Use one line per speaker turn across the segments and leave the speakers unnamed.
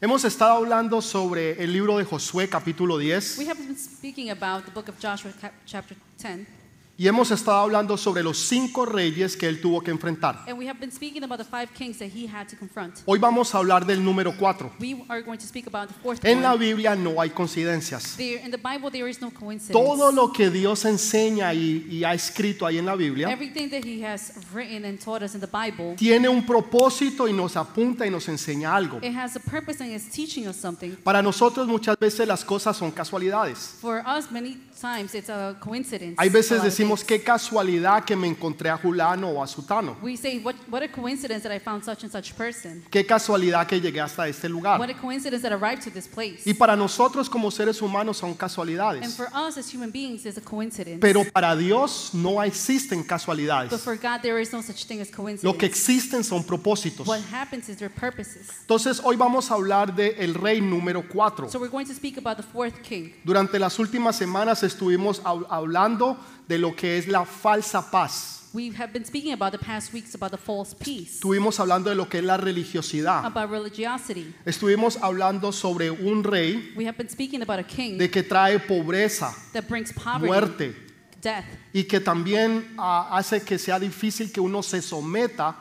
Hemos estado hablando sobre el libro de Josué capítulo
We
10
have been speaking about the book of Joshua, cap- chapter 10,
y hemos estado hablando sobre los cinco reyes que él tuvo que enfrentar.
and we have been speaking about the five kings that he had to confront.
Hoy vamos a hablar del número 4.
We are going to speak about the fourth
En la
one.
Biblia no hay coincidencias.
There, in the Bible, there is no coincidence.
Todo lo que Dios enseña y, y ha escrito ahí en la Biblia
Everything that he has written and taught us in the Bible,
tiene un propósito y nos apunta y nos enseña algo.
it has a purpose and it's teaching us something.
Para nosotros muchas veces las cosas son casualidades.
For us, many times it's a coincidence.
Hay
a
veces
lot of
decimos
things.
qué casualidad que me encontré a Julano o a Sutano.
We say, what, what a coincidence that I found such and such person.
Qué casualidad que llegué hasta este
What
lugar.
a coincidence that I arrived to this place.
Ah. Y para nosotros como seres humanos son
And
casualidades.
for us as human beings, it's a coincidence.
Pero para Dios no existen
but
casualidades.
for God, there is no such thing as
Lo
coincidence.
que existen son propósitos.
what happens is their purposes.
Entonces hoy vamos a hablar del el rey número 4.
So we're going to speak about the fourth king.
Durante las últimas semanas estuvimos hab- hablando de lo que es la falsa paz.
We have been speaking about the past weeks about the false peace,
Estuvimos hablando de lo que es la religiosidad.
about religiosity.
Estuvimos hablando sobre un rey
We have been speaking about a king
de que trae pobreza,
that brings poverty,
muerte
death.
y que también ah, hace que sea difícil que uno se someta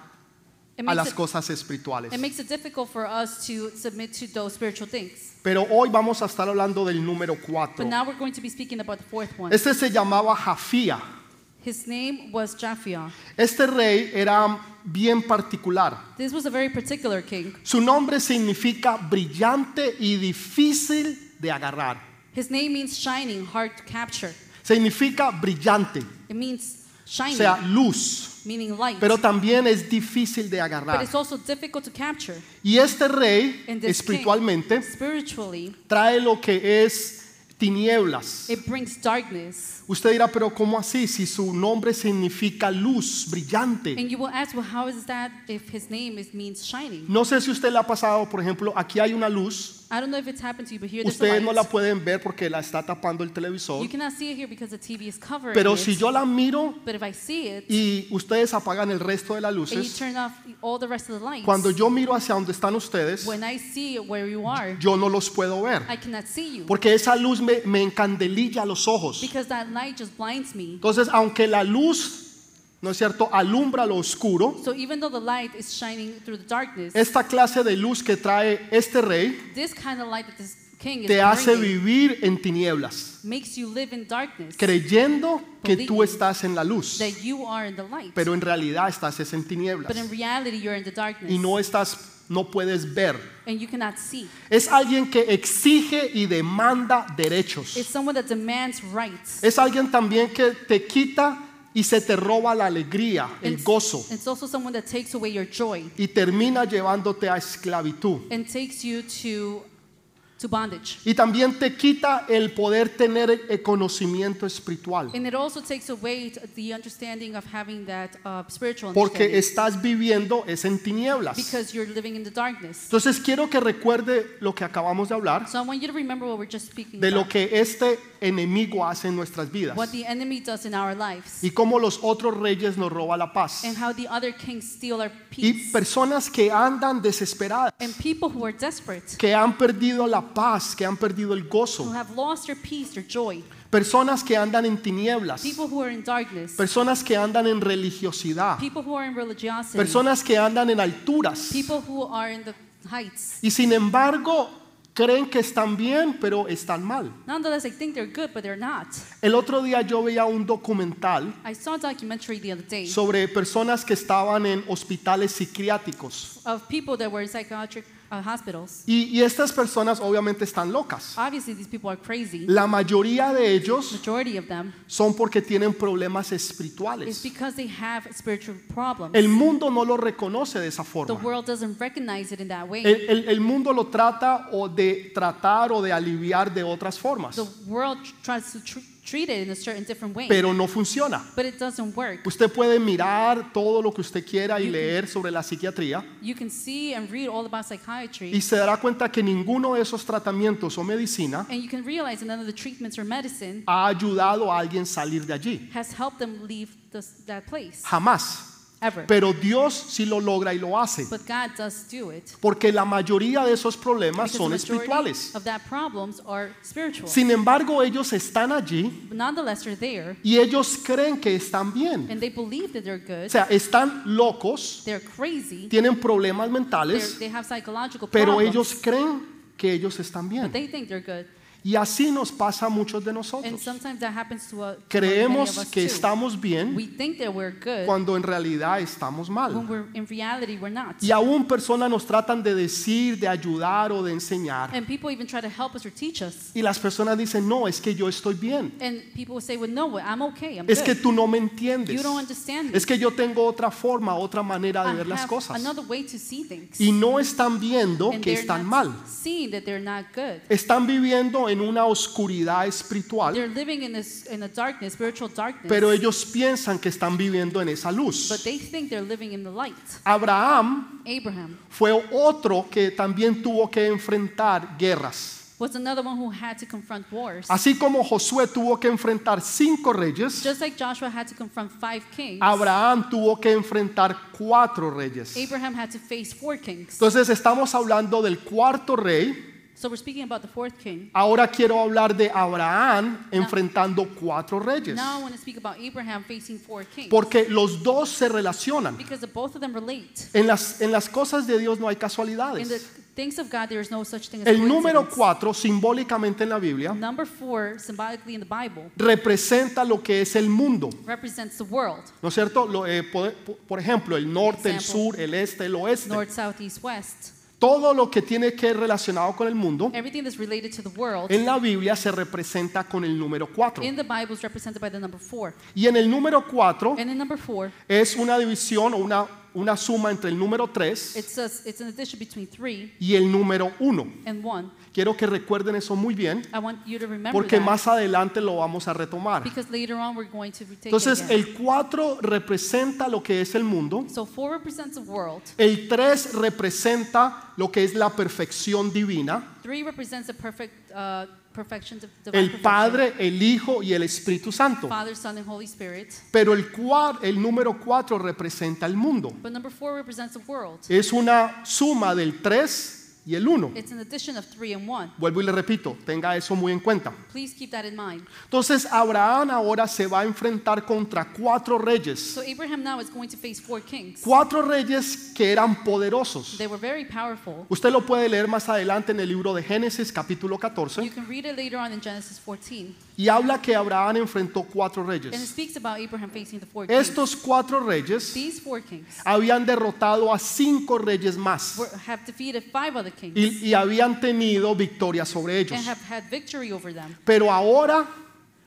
It
a
makes,
las
it,
cosas espirituales.
it makes it difficult for us to submit to those spiritual things.
Pero hoy vamos a estar hablando del número
But
4.
now we're going to be speaking about the fourth one.
Este se llamaba Jafía.
His name was Japhia.
Este rey era bien particular.
This was a very particular king.
Su nombre significa brillante y difícil de agarrar.
His name means shining, hard to capture.
Significa brillante,
It means
o
shining,
sea, luz,
meaning light.
pero también es difícil de
but
agarrar.
it's also difficult to capture.
Y este rey
And this
espiritualmente
Spiritually,
trae lo que es tinieblas.
it brings darkness.
Usted dirá, pero ¿cómo así? Si su nombre significa luz, brillante.
And you will ask, well, how is that if his name is, means shining?
No sé si usted le ha pasado, por ejemplo, aquí hay una luz.
I don't know if it's happened to you, but here there's a
Ustedes no la
light.
pueden ver porque la está tapando el televisor.
You cannot see it here because the TV is covering
Pero
it.
si yo la miro
but if I see it,
y ustedes apagan el resto de las
and you
luces,
turn off all the rest of the lights,
cuando yo miro hacia donde están ustedes,
when I see where you are,
yo no los puedo ver.
I cannot see you
Porque esa luz me, me encandelilla los ojos.
because that light just blinds me.
Entonces, aunque la luz, ¿no es cierto?, alumbra lo oscuro,
So even though the light is shining through the darkness,
esta clase de luz que trae este rey
this kind of light that this king is
te hace
bringing
vivir en tinieblas,
makes you live in darkness,
creyendo que tú estás en la luz,
that you are in the light.
pero en realidad estás es en tinieblas
but in reality, you're in the darkness,
y no estás, no puedes ver.
and you cannot see.
Es alguien que exige y demanda derechos.
It's someone that demands rights.
Es alguien también que te quita y se te roba la alegría, el
It's-
gozo
It's also someone that takes away your joy
y termina llevándote a esclavitud.
and takes you to, to bondage.
Y también te quita el poder tener el conocimiento espiritual.
And it also takes away t- the understanding of having that uh, spiritual
Porque
understanding
estás viviendo es en tinieblas.
because you're living in the darkness.
Entonces quiero que recuerde lo que acabamos de hablar,
So I want you to remember what we're just speaking
de lo
about,
que este enemigo hace en nuestras vidas
what the enemy does in our lives,
y cómo los otros reyes nos roba la paz.
and how the other kings steal our
Y
peace,
personas que andan desesperadas,
and people who are desperate,
que han perdido la paz, que han perdido el
who
gozo,
have lost their peace, their joy,
personas que andan en tinieblas,
people who are in darkness,
personas que andan en religiosidad,
people who are in religiosity,
personas que andan en alturas
people who are in the heights.
y sin embargo creen que están bien, pero están mal.
Nonetheless, I think they're good, but they're not.
El otro día yo veía un documental
I saw a documentary the other day
sobre personas que estaban en hospitales psiquiátricos
of people that were in psychiatric uh, hospitals.
y, y estas personas obviamente están locas.
Obviously, these people are crazy.
La mayoría de ellos
Majority of them
son porque tienen problemas
is
espirituales.
because they have spiritual problems.
El mundo no lo reconoce de esa
The
forma.
world doesn't recognize it in that way.
El, el- el mundo lo trata o de tratar o de aliviar de otras formas,
The world tries to tr- treat it in a certain different way,
pero no funciona.
but it doesn't work.
Usted puede mirar todo lo que usted quiera y leer sobre la psiquiatría
You can see and read all about psychiatry,
y se dará cuenta que ninguno de esos tratamientos o medicina
and you can realize that none of the treatments or medicine
ha ayudado a alguien salir de allí.
has helped them leave this, that place.
Jamás.
ever.
Pero Dios sí lo logra y lo hace.
But God does do it.
Porque la mayoría de esos problemas
Because the
son
majority
espirituales.
of that problems are spiritual.
Sin embargo, ellos están allí
But nonetheless, they're there,
y ellos creen que están bien.
and they believe that they're
O
good.
sea, están locos,
They're crazy.
tienen problemas
They're,
mentales,
they have psychological
pero
problems.
ellos creen que ellos están
but
bien.
they think they're good.
Y así nos pasa a muchos de
And
nosotros.
sometimes that happens to, uh, to many of
Creemos
us
que
too.
estamos bien
We think that we're good
cuando en realidad estamos
when
mal.
we're in reality we're not.
Y aún personas nos tratan de decir, de ayudar o de enseñar.
And people even try to help us or teach us.
Y las personas dicen, no, es que yo estoy bien.
And people will say, "Well, no, I'm okay. I'm
Es que
good.
tú no me entiendes.
you don't understand me.
Es que yo tengo otra forma, otra manera de
I
ver las
have
cosas.
another way to see things."
Y no están viendo
and
que
they're
están
not
mal.
seeing that they're not good.
Están viviendo en una oscuridad espiritual,
They're living in this in a darkness, spiritual darkness.
pero ellos piensan que están viviendo en esa
but
luz.
they think they're living in the light.
Abraham
Abraham
fue otro que también tuvo que enfrentar guerras.
was another one who had to confront wars.
Así como Josué tuvo que enfrentar cinco reyes,
Just like Joshua had to confront five kings,
Abraham tuvo que enfrentar cuatro reyes.
Abraham had to face four kings.
Entonces estamos hablando del cuarto rey.
so we're speaking about the fourth king.
Ahora quiero hablar de Abraham enfrentando cuatro reyes.
Now I want to speak about Abraham facing four kings.
Porque los dos se relacionan.
because the both of them relate.
En las, en las cosas de Dios no hay
In the
casualidades.
things of God, there is no such thing as
El número
coincidence.
cuatro, simbólicamente en la Biblia,
Number four, symbolically in the Bible,
representa lo que es el mundo.
represents the world.
¿No es cierto? Lo, eh, po- po- por ejemplo, el norte, el
Example.
sur, el este, el oeste.
North, south, east, west.
Todo lo que tiene que ver relacionado con el mundo,
Everything that's related to the world
en la Biblia se representa con el número cuatro.
in the Bible is represented by the number four.
Y en el número cuatro
And in number four,
es una división o una, una suma entre el número tres
it's, a, it's an addition between three
y el número uno.
and one.
Quiero que recuerden eso muy bien
I want you to remember
porque
that
más adelante lo vamos a retomar.
because later on we're going to retake
Entonces
it again.
el 4 representa lo que es el mundo,
So four represents the world.
el 3 representa lo que es la perfección divina,
Three represents the perfect uh, perfection, div- divine
el
perfection.
Padre, el Hijo y el Espíritu Santo.
Father, Son, and Holy Spirit.
Pero el, cua- el número 4 representa el mundo.
But number four represents the world.
Es una suma del 3 y el 1.
It's an addition of three and one.
Vuelvo y le repito, tenga eso muy en cuenta.
Please keep that in mind.
Entonces Abraham ahora se va a enfrentar contra cuatro reyes.
So Abraham now is going to face four kings.
Cuatro reyes que eran poderosos.
They were very powerful.
Usted lo puede leer más adelante en el libro de Génesis capítulo
You
14
can read it later on in Genesis 14.
y habla que Abraham enfrentó cuatro
And it
reyes.
speaks about Abraham facing the four kings.
Estos cuatro reyes
These four kings
habían derrotado a cinco reyes más
were, have defeated five other kings
y, y habían tenido victoria sobre ellos.
and have had victory over them.
Pero ahora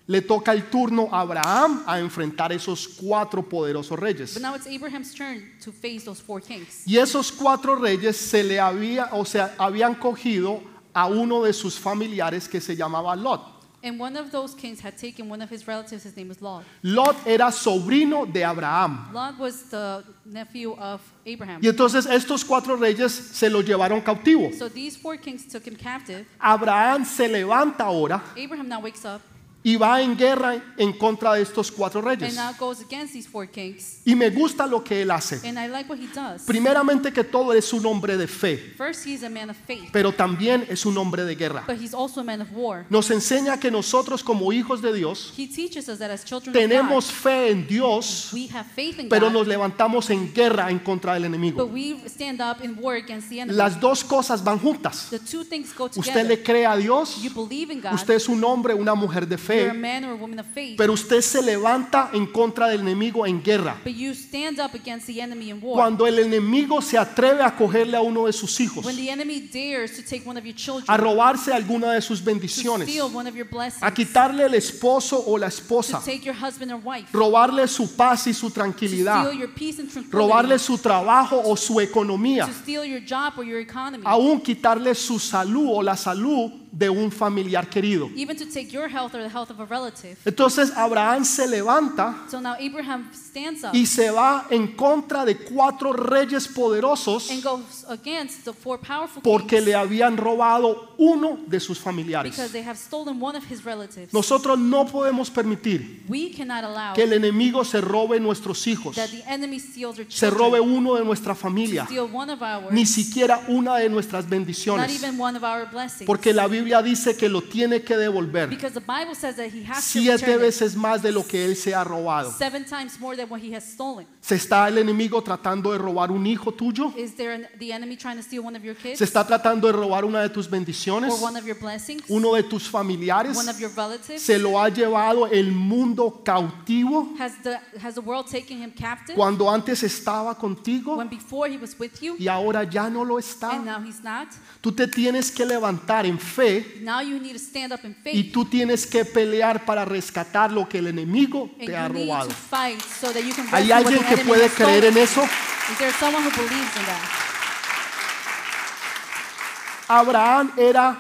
le toca el turno a Abraham a enfrentar esos cuatro poderosos reyes.
But now it's Abraham's turn to face those four kings.
Y esos cuatro reyes se le había, o sea, habían cogido a uno de sus familiares que se llamaba Lot.
And one of those kings had taken one of his relatives. His name was Lot.
Lot era sobrino de Abraham.
Lot was the nephew of Abraham.
Y entonces estos cuatro reyes se lo llevaron cautivo.
So these four kings took him captive.
Abraham se levanta ahora
Abraham now wakes up
y va en guerra en contra de estos cuatro
and
reyes.
now goes against these four kings.
Y me gusta lo que él hace.
And I like what he does.
Primeramente que todo es un hombre de fe,
First, he's a man of faith,
pero también es un hombre de guerra.
but he's also a man of war.
Nos enseña que nosotros como hijos de Dios
He teaches us that as children
tenemos
of
fe en Dios
God, we have faith in
pero
God,
nos levantamos en guerra en contra del
but
enemigo.
we stand up in war against the enemy.
Las dos cosas van juntas.
the two things go
Usted
together.
le cree a Dios,
you believe in God.
usted es un hombre, una mujer de
you're
fe,
a man or a woman of faith,
pero usted se levanta en contra del enemigo en guerra.
but you stand up against the enemy in war.
Cuando el enemigo se atreve a cogerle a uno de sus hijos,
when the enemy dares to take one of your children,
a robarse alguna de sus
to
bendiciones,
steal one of your blessings,
a quitarle el esposo o la
to
esposa,
take your husband or wife,
robarle su paz y su
to steal
tranquilidad,
your peace and
robarle
tranquility,
su trabajo o su
to
economía,
steal your job or your economy,
aún quitarle su salud o la salud de un familiar querido.
even to take your health or the health of a relative.
Entonces Abraham se levanta
So now Abraham stands up
y se va en contra de cuatro reyes poderosos
and goes against the four powerful
porque
kings
le habían robado uno de sus
because
familiares.
they have stolen one of his relatives.
Nosotros no podemos permitir
we cannot allow
que el enemigo se robe nuestros hijos,
that the enemy steals our
se robe
children,
uno de nuestra
to
familia,
steal one of ours,
ni siquiera una de nuestras
not
bendiciones,
even one of our blessings.
porque la Biblia dice que lo tiene que devolver
because the Bible says that he has to
siete
return it
veces más de lo que él se ha robado.
seven times more than what he has stolen.
¿Se está el enemigo tratando de robar un hijo tuyo?
Is there an, the enemy trying to steal one of your kids
¿Se está tratando de robar una de tus
or
bendiciones?
one of your blessings,
¿Uno de tus familiares?
one of your relatives?
¿Se lo ha llevado el mundo cautivo?
Has the has the world taken him captive
cuando antes estaba contigo
when before he was with you
y ahora ya no lo
and
está.
now he's not?
Tú te tienes que levantar en fe
Now you need to stand up in
y
faith
tú tienes que pelear para rescatar lo que el enemigo
and
te ha
you need
robado.
to fight so that you can
¿Hay
rescue what
alguien
the
que
enemy
puede
has stolen.
creer en eso?
Is there someone who believes in that?
Abraham era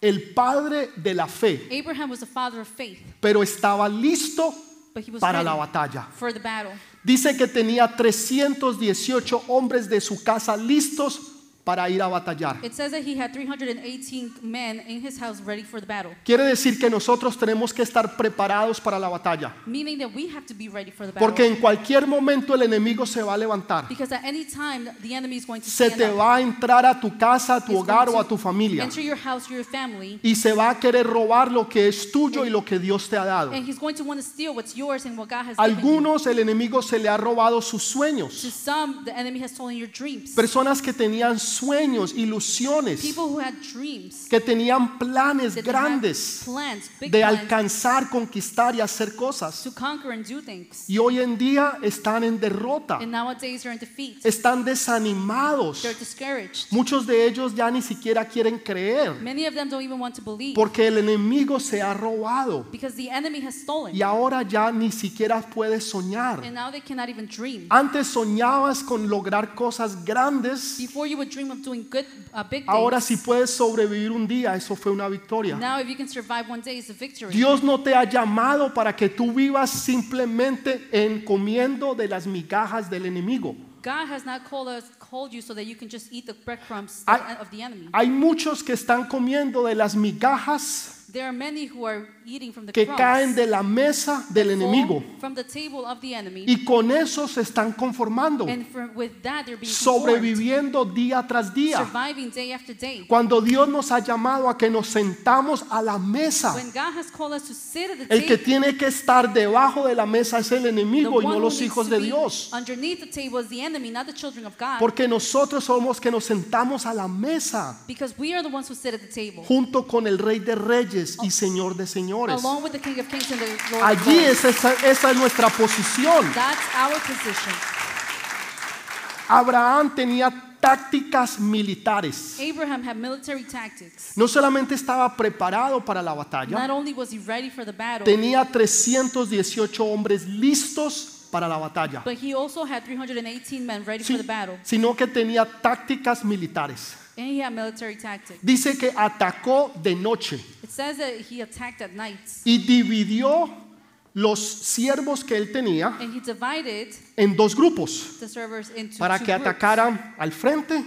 el padre de la fe,
Abraham was a father of faith,
pero estaba listo
but he was
para la
ready
batalla.
for the battle.
Dice que tenía 318 hombres de su casa listos para ir a batallar.
It says that he had 318 men in his house ready for the battle,
Quiere decir que nosotros tenemos que estar preparados para la batalla.
meaning that we have to be ready for the battle.
Porque en cualquier momento el enemigo se va a levantar.
Because at any time the enemy is going to
Se
stand
te
up,
va a entrar a tu casa, a tu
He's
hogar
going
o a
to
tu familia.
enter your house, your family,
Y se va a querer robar lo que es tuyo y lo que Dios te ha dado.
and he's going to want to steal what's yours and what God has given you.
Algunos el enemigo se le ha robado sus
To
sueños.
some, the enemy has stolen your dreams.
Personas que tenían sueños, ilusiones,
People who had dreams,
que tenían planes
that they had
grandes
plans, big
de
plans,
alcanzar, conquistar y hacer cosas.
to conquer and do things.
Y hoy en día están en derrota,
And nowadays they're in defeat.
están desanimados.
They're discouraged.
Muchos de ellos ya ni siquiera quieren creer.
Many of them don't even want to believe
Porque el enemigo se ha robado
because the enemy has stolen.
y ahora ya ni siquiera puedes soñar.
And now they cannot even dream.
Antes soñabas con lograr cosas grandes,
Before you would dream of doing good, uh, big things.
ahora si puedes sobrevivir un día, eso fue una victoria.
Now if you can survive one day, it's a victory.
Dios no te ha llamado para que tú vivas simplemente en comiendo de las migajas del enemigo.
God has not called us, called you so that you can just eat the breadcrumbs
I-
of the enemy.
Hay muchos que están comiendo de las migajas
There are many who are eating from the
que
crumbs
caen de la mesa del
fall
enemigo
from the table of the enemy,
y con eso se están conformando,
and from, with that they're being conformed,
sobreviviendo día tras día.
surviving day after day.
Cuando Dios nos ha llamado a que nos sentamos a la mesa,
When God has called us to sit at the
el que
table,
tiene que estar debajo de la mesa es el
the
enemigo
one
y no
who
los
needs
hijos
to
de
be
Dios.
underneath the table is the enemy, not the children of God,
Porque nosotros somos que nos sentamos a la mesa
because we are the ones who sit at the table,
junto con el Rey de Reyes y Señor de Señores.
along with the King of Kings and the Lord of
Allí es
Lords.
esa, esa es nuestra posición.
That's our position.
Abraham tenía tácticas militares.
Abraham had military tactics.
No solamente estaba preparado para la batalla,
Not only was he ready for the battle,
tenía 318 hombres listos para la batalla.
But he also had 318 men ready
Sí,
for the battle,
sino que tenía tácticas militares.
and he had military tactics.
Dice que atacó de noche
It says that he attacked at night,
y dividió los siervos que él tenía
and he divided
en dos grupos
the servers into
para
two
que
groups
atacaran al frente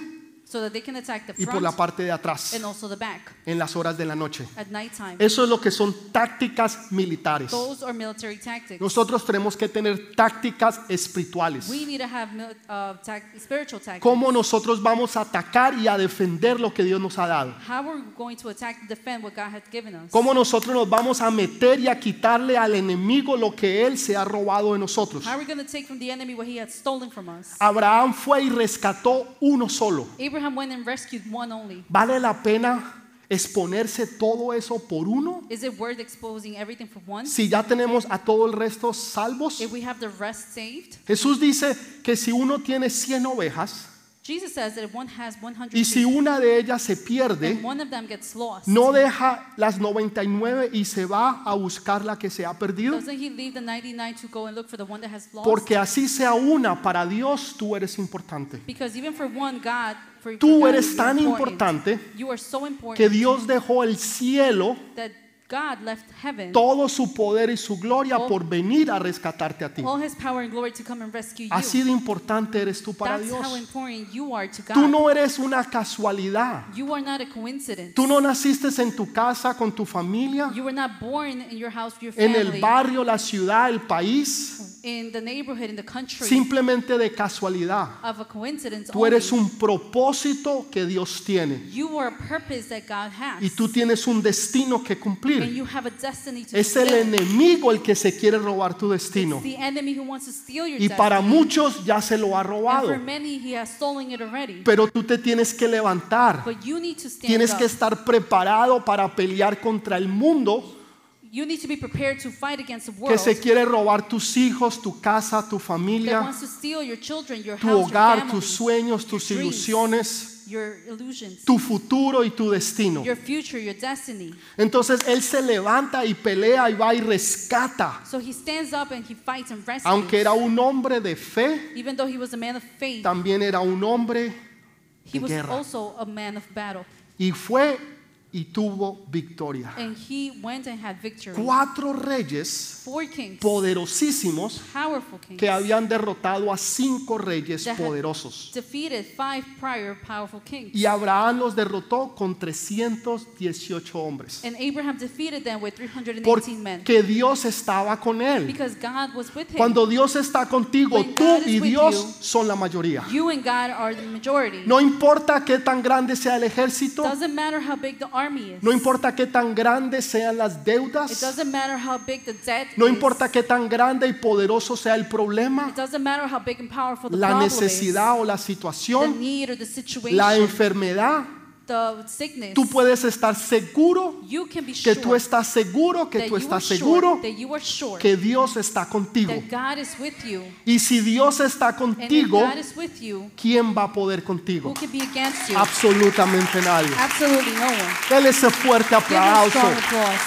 so that they can attack the
y por la
front
parte de atrás
and also the back
en las horas de la noche.
at nighttime.
Eso es lo que son tácticas militares.
Those are military tactics.
Nosotros tenemos que tener tácticas espirituales.
We need to have mil- uh, tac- spiritual tactics.
¿Cómo nosotros vamos a atacar y a defender lo que Dios nos ha dado?
How are we going to attack and defend what God has given us?
¿Cómo nosotros nos vamos a meter y a quitarle al enemigo lo que él se ha robado de nosotros?
How are we going to take from the enemy what he had stolen from us?
Ah. Abraham fue y rescató uno solo.
Abraham went and rescued one only.
¿Vale la pena exponerse todo eso por uno?
Is it worth exposing everything for one?
Si ya tenemos a todo el resto salvos.
If we have the rest saved,
Jesús dice que si uno tiene 100 ovejas
Jesus says that if one has 100
y si
sheep
una de ellas se
and
pierde,
one of them gets lost,
no deja las 99 y se va a buscar la que se ha perdido,
doesn't he leave the 99 to go and look for the one that has lost?
porque así sea una, para Dios tú eres importante.
because even for one, God for-
Tú
forgotten
eres
your
tan
importance.
importante
You are so important
que Dios dejó el cielo,
that God left heaven,
todo su poder y su gloria por venir a rescatarte a ti.
all his power and glory to come and rescue you.
Así de importante eres tú para
That's how
Dios.
important you are to God.
Tú no eres una casualidad.
You are not a coincidence.
Tú no naciste en tu casa con tu familia,
You were not born in your house, your
en
family,
el barrio, la ciudad, el país,
in the neighborhood, in the country
simplemente de casualidad.
of a coincidence.
Tú eres
only.
un propósito que Dios tiene
You are a purpose that God has.
y tú tienes un destino que
and
cumplir.
you have a destiny to
Es el
fulfill.
enemigo el que se quiere robar tu destino
It's the enemy who wants to steal your
y para
destiny.
muchos ya se lo ha
And
robado.
for many, he has stolen it already.
Pero tú te tienes que levantar,
but you need to stand
tienes
up.
que estar preparado para pelear contra el mundo
you need to be prepared to fight against the world
que se quiere robar tus hijos, tu casa, tu
that
familia.
wants to steal your children, your
tu
house, your
hogar,
family,
tus sueños, tus
dreams,
ilusiones,
your illusions,
tu futuro y tu destino.
your future, your destiny.
Entonces Él se levanta y pelea y va y rescata.
So he stands up and he fights and rescues.
Aunque era un hombre de fe,
Even though he was a man of faith,
también era un hombre
he
de
was
guerra.
also a man of battle.
Y fue y tuvo victoria.
And he went and had victory.
Cuatro reyes
Four kings,
poderosísimos
powerful kings,
que habían derrotado a cinco reyes
That had-
poderosos.
defeated five prior powerful kings.
Y Abraham los derrotó con 318 hombres.
And Abraham defeated them with 318 men.
Porque Dios estaba con él.
Because God was with him.
Cuando Dios está contigo,
When
tú
God is
y
with
Dios
you,
son la mayoría.
you and God are the majority.
No importa qué tan grande sea el ejército,
doesn't matter how big the army is.
no importa qué tan grandes sean las
It
deudas,
doesn't matter how big the debt
no
is.
importa qué tan grande y poderoso sea el problema,
It doesn't matter how big and powerful the
la
problem
necesidad o la
is. The
situación,
need or the situation.
la enfermedad,
the sickness.
tú puedes estar seguro
you can be
que
sure
tú estás seguro, que
that
tú
you are
estás
sure
seguro
that you are sure
que Dios está contigo.
that God is with you.
Y si Dios está
And if
contigo,
God is with you,
¿quién va a poder
who
contigo?
can be against you?
Absolutamente nadie.
Absolutely no one.
Dele ese fuerte
Give him a
aplauso.
strong applause.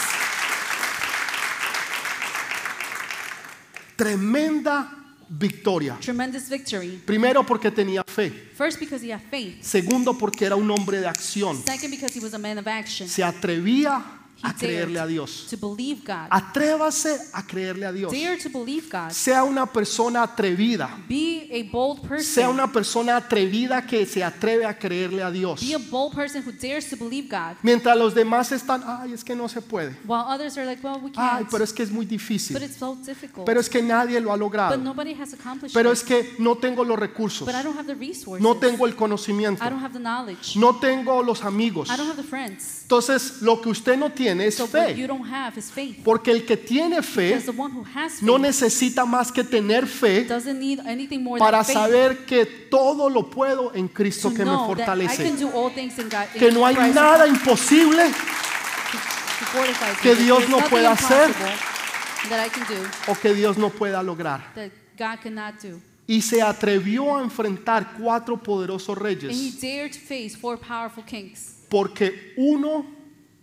Tremenda victoria.
Tremendous victory.
Primero porque tenía fe.
First, because he had faith.
Segundo porque era un hombre de acción.
Second, because he was a man of action.
Se atrevía
He
a creerle a
dared
Dios.
to believe God.
Atrévase a creerle a Dios.
Dare to believe God.
Sea una persona atrevida.
Be a bold
Sea
person.
una persona atrevida que se atreve a creerle a Dios.
Be a bold person who dares to believe God.
Mientras los demás están, ay, es que no se puede.
While others are like, well, we
Ay,
can't.
pero es que es muy
But
difícil.
it's so difficult.
Pero es que nadie lo ha
But
logrado.
nobody has accomplished
Pero
it.
es que no tengo los recursos.
But I don't have the resources.
No tengo el conocimiento.
Pues I don't have the knowledge.
No tengo los amigos.
I don't have the friends.
Entonces, lo que usted no tiene es
So what you
fe.
don't have is faith.
Porque el que tiene
Because
fe
the one who has faith
no necesita más que tener fe
doesn't need anything more
para
than faith
saber que todo lo puedo en Cristo
to
que me
know that I can
fortalece.
do all things in God. in
Que no hay
Christ
nada imposible.
who fortifies me.
que Dios
There's
no
nothing
pueda hacer.
impossible That I can do
o que Dios no pueda lograr.
that God cannot do.
Y se atrevió a enfrentar cuatro poderosos
And he
reyes
dared to face four powerful kings
porque uno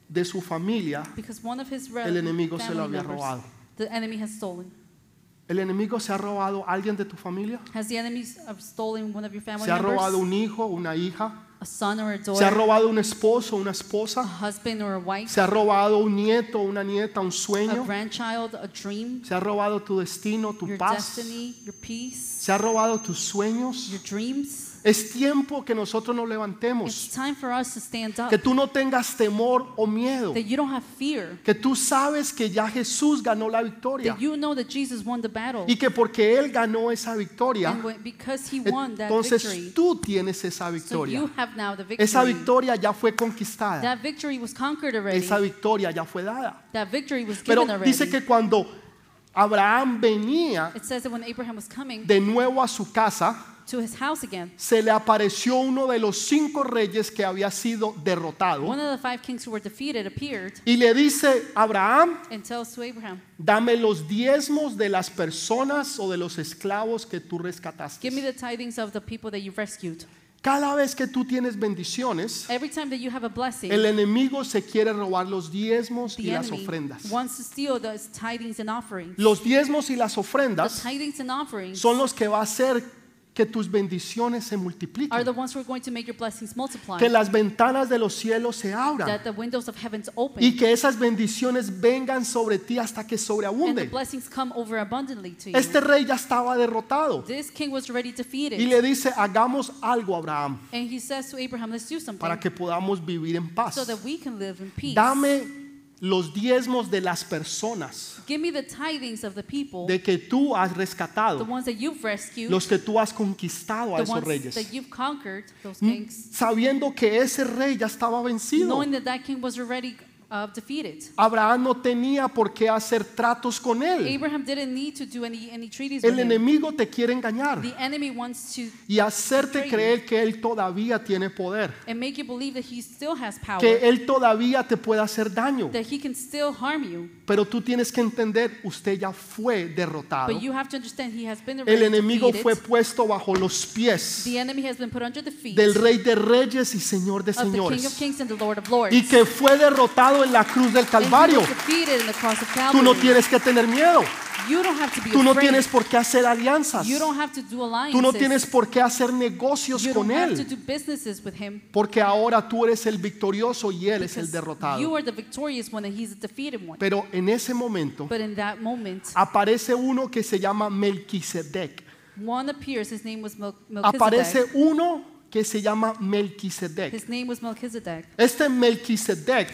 de su familia,
because one of his
El
relatives,
enemigo se lo había robado.
the enemy has stolen.
el enemigo se ha robado a alguien de tu familia,
Has the enemy s- uh, stolen one of your family
se ha
members?
robado un hijo, una hija,
a son or a
se ha
daughter,
robado un esposo, una
a
esposa,
husband or a wife,
se ha robado un nieto, una nieta, un
a
sueño,
grandchild, a dream,
se ha robado tu destino, tu
your
paz,
destiny, your peace,
se ha robado tus sueños.
your dreams?
Es tiempo que nosotros nos
It's
levantemos,
time for us to stand up.
que tú no tengas temor o miedo,
That you don't have fear.
que tú sabes que ya Jesús ganó la victoria
That you know that Jesus won the battle.
y que porque Él ganó esa victoria,
And when- because he won that
entonces
victory.
tú tienes esa
So you
victoria.
have now the victory.
Esa victoria ya fue conquistada,
That victory was conquered already.
esa victoria ya fue dada.
That victory was
Pero
given already.
dice que cuando Abraham venía
It says that when Abraham was coming
de nuevo a su casa,
to his house again,
se le apareció uno de los cinco reyes que había sido derrotado
one of the five kings who were defeated appeared
y le dice, Abraham,
and tells to Abraham,
dame los diezmos de las personas o de los esclavos que tú rescataste.
Give me the tithings of the people that you rescued.
Cada vez que tú tienes bendiciones,
Every time that you have a blessing,
el enemigo se quiere robar los diezmos y
the
las
enemy
ofrendas.
wants to steal those tithings and offerings.
Los diezmos y las
The
ofrendas
tithings and offerings
son los que va a hacer que tus bendiciones se multipliquen,
are the ones who are going to make your blessings multiply,
que las ventanas de los cielos se abran
that the windows of heavens open,
y que esas bendiciones vengan sobre ti hasta que
and the
sobreabunden.
blessings come over abundantly to you.
Este rey ya estaba derrotado
this king was already defeated,
y le dice, hagamos algo, Abraham,
and he says to Abraham, "Let's do something
para que podamos vivir en
so
paz.
that we can live in peace.
Dame los diezmos de las personas
Give me the tithings of the people,
de que tú has
the
rescatado,
ones that you've rescued,
los que tú has conquistado a
the
esos
ones
reyes,
that you've conquered, those
Mm,
kings,
sabiendo que ese rey ya estaba vencido.
knowing that that king was already uh, defeated."
Abraham no tenía por qué hacer tratos con él.
Abraham didn't need to do any, any treaties
El
with him.
enemigo te quiere engañar
The enemy wants to
y hacerte creer que él todavía tiene poder,
and make you believe that he still has power,
que él todavía te puede hacer daño.
that he can still harm you.
Pero tú tienes que entender, usted ya fue derrotado.
But you have to understand he has been
El
already
enemigo
defeated.
fue puesto bajo los pies
the enemy has been put under the feet
del rey de reyes y señor de
of the King of
señores
Kings and the Lord of Lords.
y que fue derrotado en la cruz del
And he
Calvario.
was defeated in the cross of Calvary.
Tú no tienes que tener miedo.
you don't have to be
Tú no
afraid.
tienes por qué hacer alianzas.
you don't have to do alliances.
Tú no tienes por qué hacer negocios
you
con
don't have to
él.
do businesses with him.
Porque ahora tú eres el victorioso y él es el
because You
derrotado.
are the victorious one and he's the defeated one.
Pero en ese momento
but in that moment,
aparece uno que se llama Melquisedec.
one appears. His name was Mel- Melchizedek.
Aparece uno que se llama Melquisedec.
His name was Melchizedek.
Este Melquisedec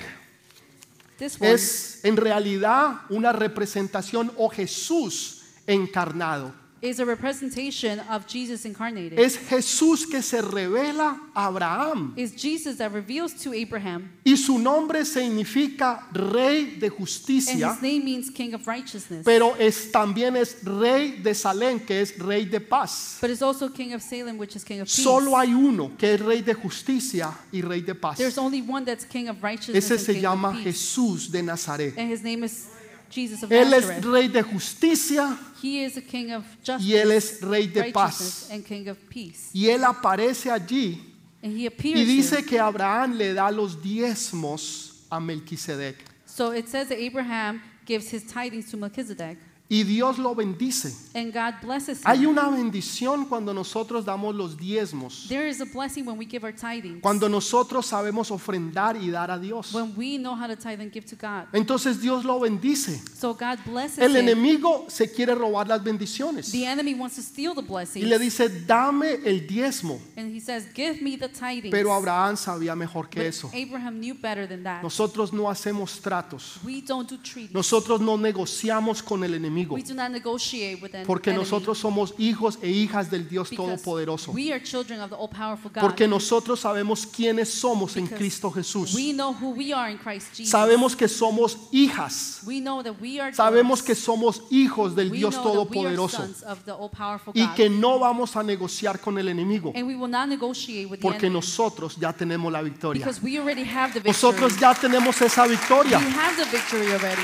This one
es en realidad una representación o Jesús encarnado.
is a representation of Jesus incarnated.
Es Jesús que se revela a Abraham
It's Jesus that reveals to Abraham,
y su nombre significa Rey de
and
Justicia.
his name means King of Righteousness.
pero es, también es rey de Salem, que es rey de paz.
But it's also King of Salem, which is King of Peace.
Solo hay uno que es rey de justicia y rey de paz.
There's only one that's King of Righteousness
Ese
and
se
King
llama
of Peace,
Jesús de Nazaret.
and his name is Jesus of
Él es
Nazareth.
rey de justicia
He is a King of
y él
Justice,
es rey de
Righteousness,
paz.
and King of Peace.
Y él aparece allí
And he appears
y dice
here.
que Abraham le da los diezmos a Melquisedec.
So it says that Abraham gives his tidings to Melchizedek,
Y Dios lo bendice.
and God blesses him.
Hay una bendición cuando nosotros damos los diezmos,
There is a blessing when we give our tidings.
cuando nosotros sabemos ofrendar y dar a Dios.
when we know how to tithe and give to God.
Entonces Dios lo bendice.
So God blesses
El
him.
enemigo se quiere robar las bendiciones
The enemy wants to steal the
y
blessings.
le dice, dame el diezmo.
and he says, give me the tidings.
Pero Abraham sabía mejor
But
que eso.
Abraham knew better than that.
Nosotros no hacemos tratos.
we don't do treaties.
Nosotros no negociamos con el enemigo
we do not negotiate with them.
porque nosotros somos hijos e hijas del Dios
because
Todopoderoso.
we are children of the all-powerful God.
Porque nosotros sabemos quiénes somos en
Because
Cristo Jesús.
we know who we are in Christ Jesus.
Sabemos que somos hijas.
we know that we are
Sabemos que
daughters.
somos hijos del
We
Dios
know that we are
Todopoderoso
sons of the all-powerful
y
God.
que no vamos a negociar con el enemigo.
and we will not negotiate with the
Porque
enemy
nosotros ya tenemos la victoria.
because we already have the victory.
Nosotros ya tenemos esa victoria.
We have the victory already.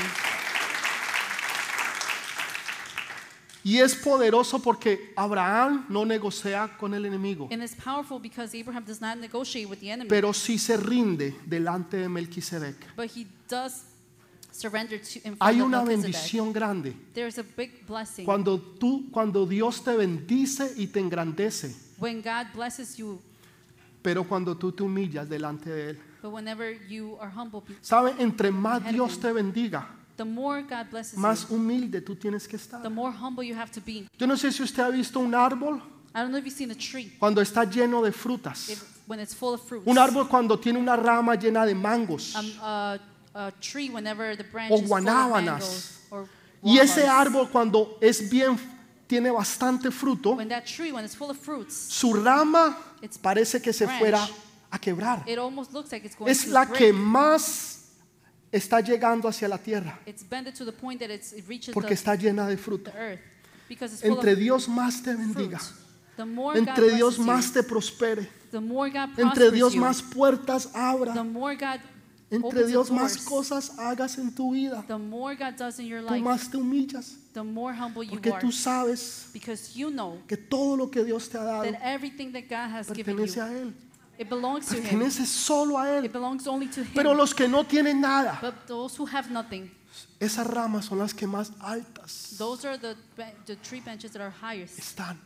Y es poderoso porque Abraham no negocia con el enemigo,
And it's powerful because Abraham does not negotiate with the enemy,
pero sí se rinde delante de Melquisedec.
but he does surrender to in front
Hay
of
una
Melchizedek.
bendición grande.
There's a big blessing
Cuando tú, cuando Dios te bendice y te engrandece,
when God blesses you,
pero cuando tú te humillas delante de Él.
but whenever you are humble, be-
¿Sabe? Entre más Dios te bendiga,
the more God blesses
más
you,
humilde tú tienes que
the
estar.
more humble you have to be.
Yo no sé si usted ha visto un árbol
I don't know if you've seen a tree
cuando está lleno de frutas.
if, when it's full of fruits.
Un árbol cuando tiene una rama llena de mangos.
Um, a- a tree whenever the branch
O
is full of
guanábanas.
mangoes or
Y ese
walnuts.
árbol cuando es bien, tiene bastante fruto,
When that tree, when it's full of fruits,
su rama
It's
parece que se
branch.
fuera a quebrar.
it almost looks like it's going
Es
to
la
break.
que más está llegando hacia la tierra
It's bended to the point that it's, it reaches
porque
the,
está llena de fruto.
the earth because it's full
Entre
of
Dios más te bendiga,
fruit. The more God
entre Dios
blesses
más
you,
te prospere,
the more God
entre
prospers
Dios
you,
más puertas
the
abra,
more God
entre
opens
Dios
the
más
doors,
cosas hagas en tu vida,
the more God does in your
tú
life,
más te humillas
the more humble you
porque
are
tú sabes
because you know
que todo lo que Dios te ha dado
that everything that God has given
pertenece
you,
a Él,
it belongs to Him.
pertenece solo a Él.
It belongs only to Him.
Pero los que no tienen nada,
but those who have nothing,
esas ramas son las que más altas
those are the, be- the tree benches that are highest.
están.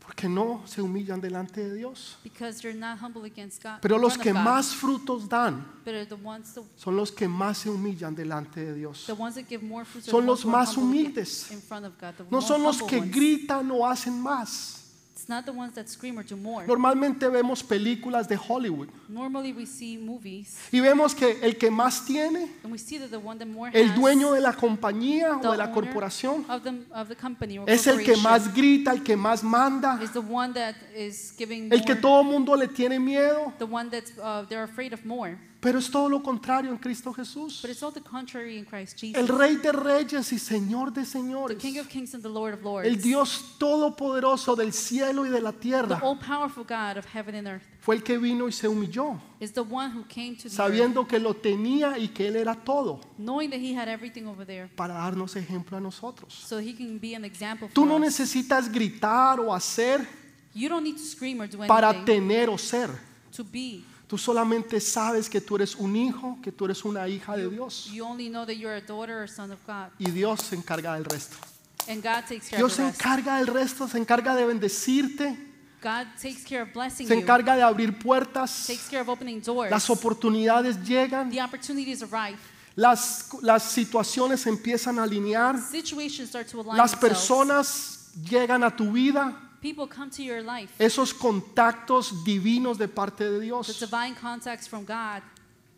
porque no se humillan delante de Dios.
because they're not humble against God.
Pero
in
los
front
que
of God.
más frutos dan
But the ones, the,
son los que más se humillan delante de Dios.
the ones that give more fruits are
Son
the
los
ones who are
más
humble again-
humildes.
In front of God, the
No
more
son los
humble
que
ones.
gritan o hacen más.
It's not the ones that scream or do more.
Normalmente vemos películas de Hollywood
Normally we see movies
y vemos que el que más tiene,
and we see that the one that more
el
has
dueño de la compañía
the
o de la
owner
corporación,
of the, of the company or
es el que
corporation
más grita, el que más manda,
is the one that is giving
el que
more,
todo mundo le tiene miedo.
the one that uh, they're afraid of more.
Pero es todo lo contrario en Cristo Jesús.
But it's all the contrary in Christ Jesus.
El Rey de Reyes y Señor de
the
Señores.
King of Kings and the Lord of Lords.
El Dios Todopoderoso del cielo y de la
the
tierra
all-powerful God of heaven and earth
fue el que vino y se humilló,
is the one who came to the earth,
sabiendo que lo tenía y que Él era todo,
knowing that he had everything over there,
para darnos ejemplo a nosotros.
so he can be an example
Tú
for
no
us.
necesitas gritar o hacer
You don't need to scream or do anything
para tener o ser.
to be.
Tú solamente sabes que tú eres un hijo, que tú eres una hija de Dios.
You only know that you're a daughter or son of God,
Y Dios se encarga del resto.
and God takes care
Dios
of
se
the rest.
encarga del resto, se encarga de bendecirte,
God takes care of blessing
se
you.
encarga de abrir puertas.
takes care of opening doors.
Las oportunidades llegan,
the opportunities arrive.
las, las situaciones empiezan a alinear,
Situations start to align
las
themselves.
personas llegan a tu vida,
People come to your life.
esos contactos divinos de parte de
The
Dios.
divine contacts from God.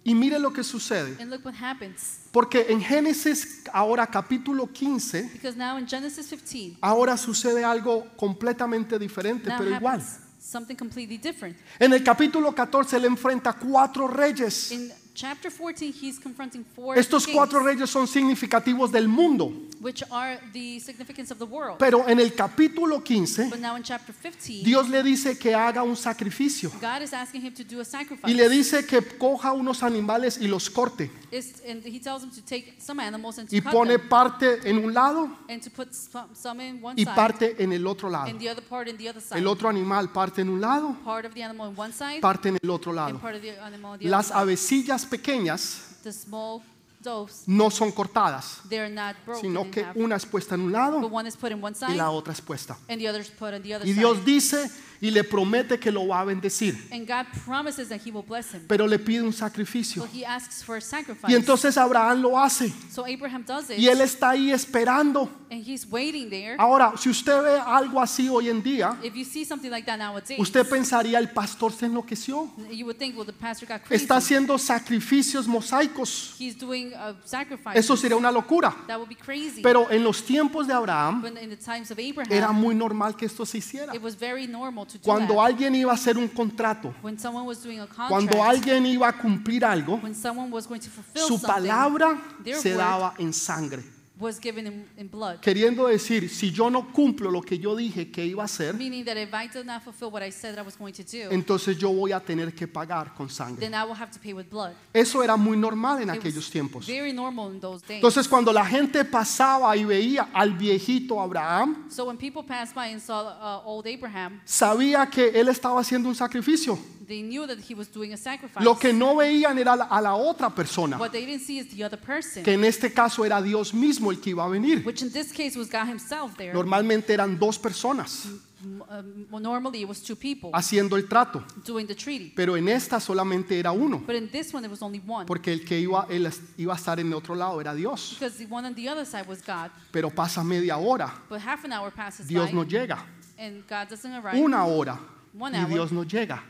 Y mire lo que sucede,
And look what happens.
porque en Génesis ahora capítulo 15,
Because now in Genesis 15,
ahora sucede algo completamente diferente,
now
pero igual.
happens something completely different.
En el capítulo 14 él enfrenta a cuatro reyes.
In chapter 14, he's confronting four
Estos
kings,
cuatro reyes son significativos del mundo,
which are the significance of the world.
pero en el capítulo 15
but now in chapter 15,
Dios le dice que haga un sacrificio
God is asking him to do a sacrifice.
y le dice que coja unos animales y los corte
It's- and he tells him to take some animals and to
y
cut
pone
them,
parte en un lado
and to put some, some in one
y
side
parte en el otro lado.
and the other part in the other side.
El otro animal parte en un lado,
part of the animal on one side
parte en el otro
and
lado.
part of the animal on the
Las
other side.
avecillas pequeñas
The small doves,
no son cortadas,
they're not broken.
sino
in
que
half,
una es puesta en un
but
lado
one is put in one
y
side
la otra es puesta.
and the other is put on the other
Y Dios
side.
dice y le promete que lo va a bendecir,
And God promises that He will bless him.
pero le pide un
So
sacrificio.
He asks for a sacrifice.
Y entonces Abraham lo hace
so Abraham does it
y él está ahí esperando.
and he's waiting there.
Ahora, si usted ve algo así hoy en día,
If you see something like that nowadays,
Usted pensaría, el pastor se enloqueció.
you would think, well, the pastor got crazy.
Está haciendo sacrificios mosaicos.
He's doing a sacrifice.
Eso sería una locura.
that would be crazy.
Pero en los tiempos de Abraham
But in the times of Abraham,
era muy normal que esto se hiciera.
it was very normal to do
Cuando
that.
alguien iba a hacer un contrato,
when someone was doing a contract,
cuando alguien iba a cumplir algo,
when someone was going to fulfill
su
something
palabra
their
se
word
daba en sangre.
was given in, in blood.
Queriendo decir, si yo no cumplo lo que yo dije que iba a hacer,
Meaning that if I did not fulfill what I said I was going to do,
entonces yo voy a tener que pagar con sangre.
then I will have to pay with blood.
Eso era muy normal en
It was
aquellos tiempos.
Very normal in those days.
Entonces cuando la gente pasaba y veía al viejito Abraham,
so when people passed by and saw uh, old Abraham,
sabía que él estaba haciendo un sacrificio.
they knew that he was doing a sacrifice.
Lo que no veían era la- a la otra persona,
what they didn't see is the other person,
Uh-huh. que en este caso era Dios mismo el que iba a venir.
which in this case was God Himself there.
Normalmente eran dos personas
M- um, well, normally it was two people
haciendo el trato,
doing the treaty,
pero en esta solamente era uno,
but in this one it was only one
porque el que iba, él es- iba a estar en otro lado era Dios.
because the one on the other side was God.
Pero pasa media hora,
But half an hour passes
Dios
by
no llega.
and God doesn't arrive.
Una hora
One
y
hour.
Dios no llega.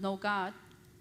No God.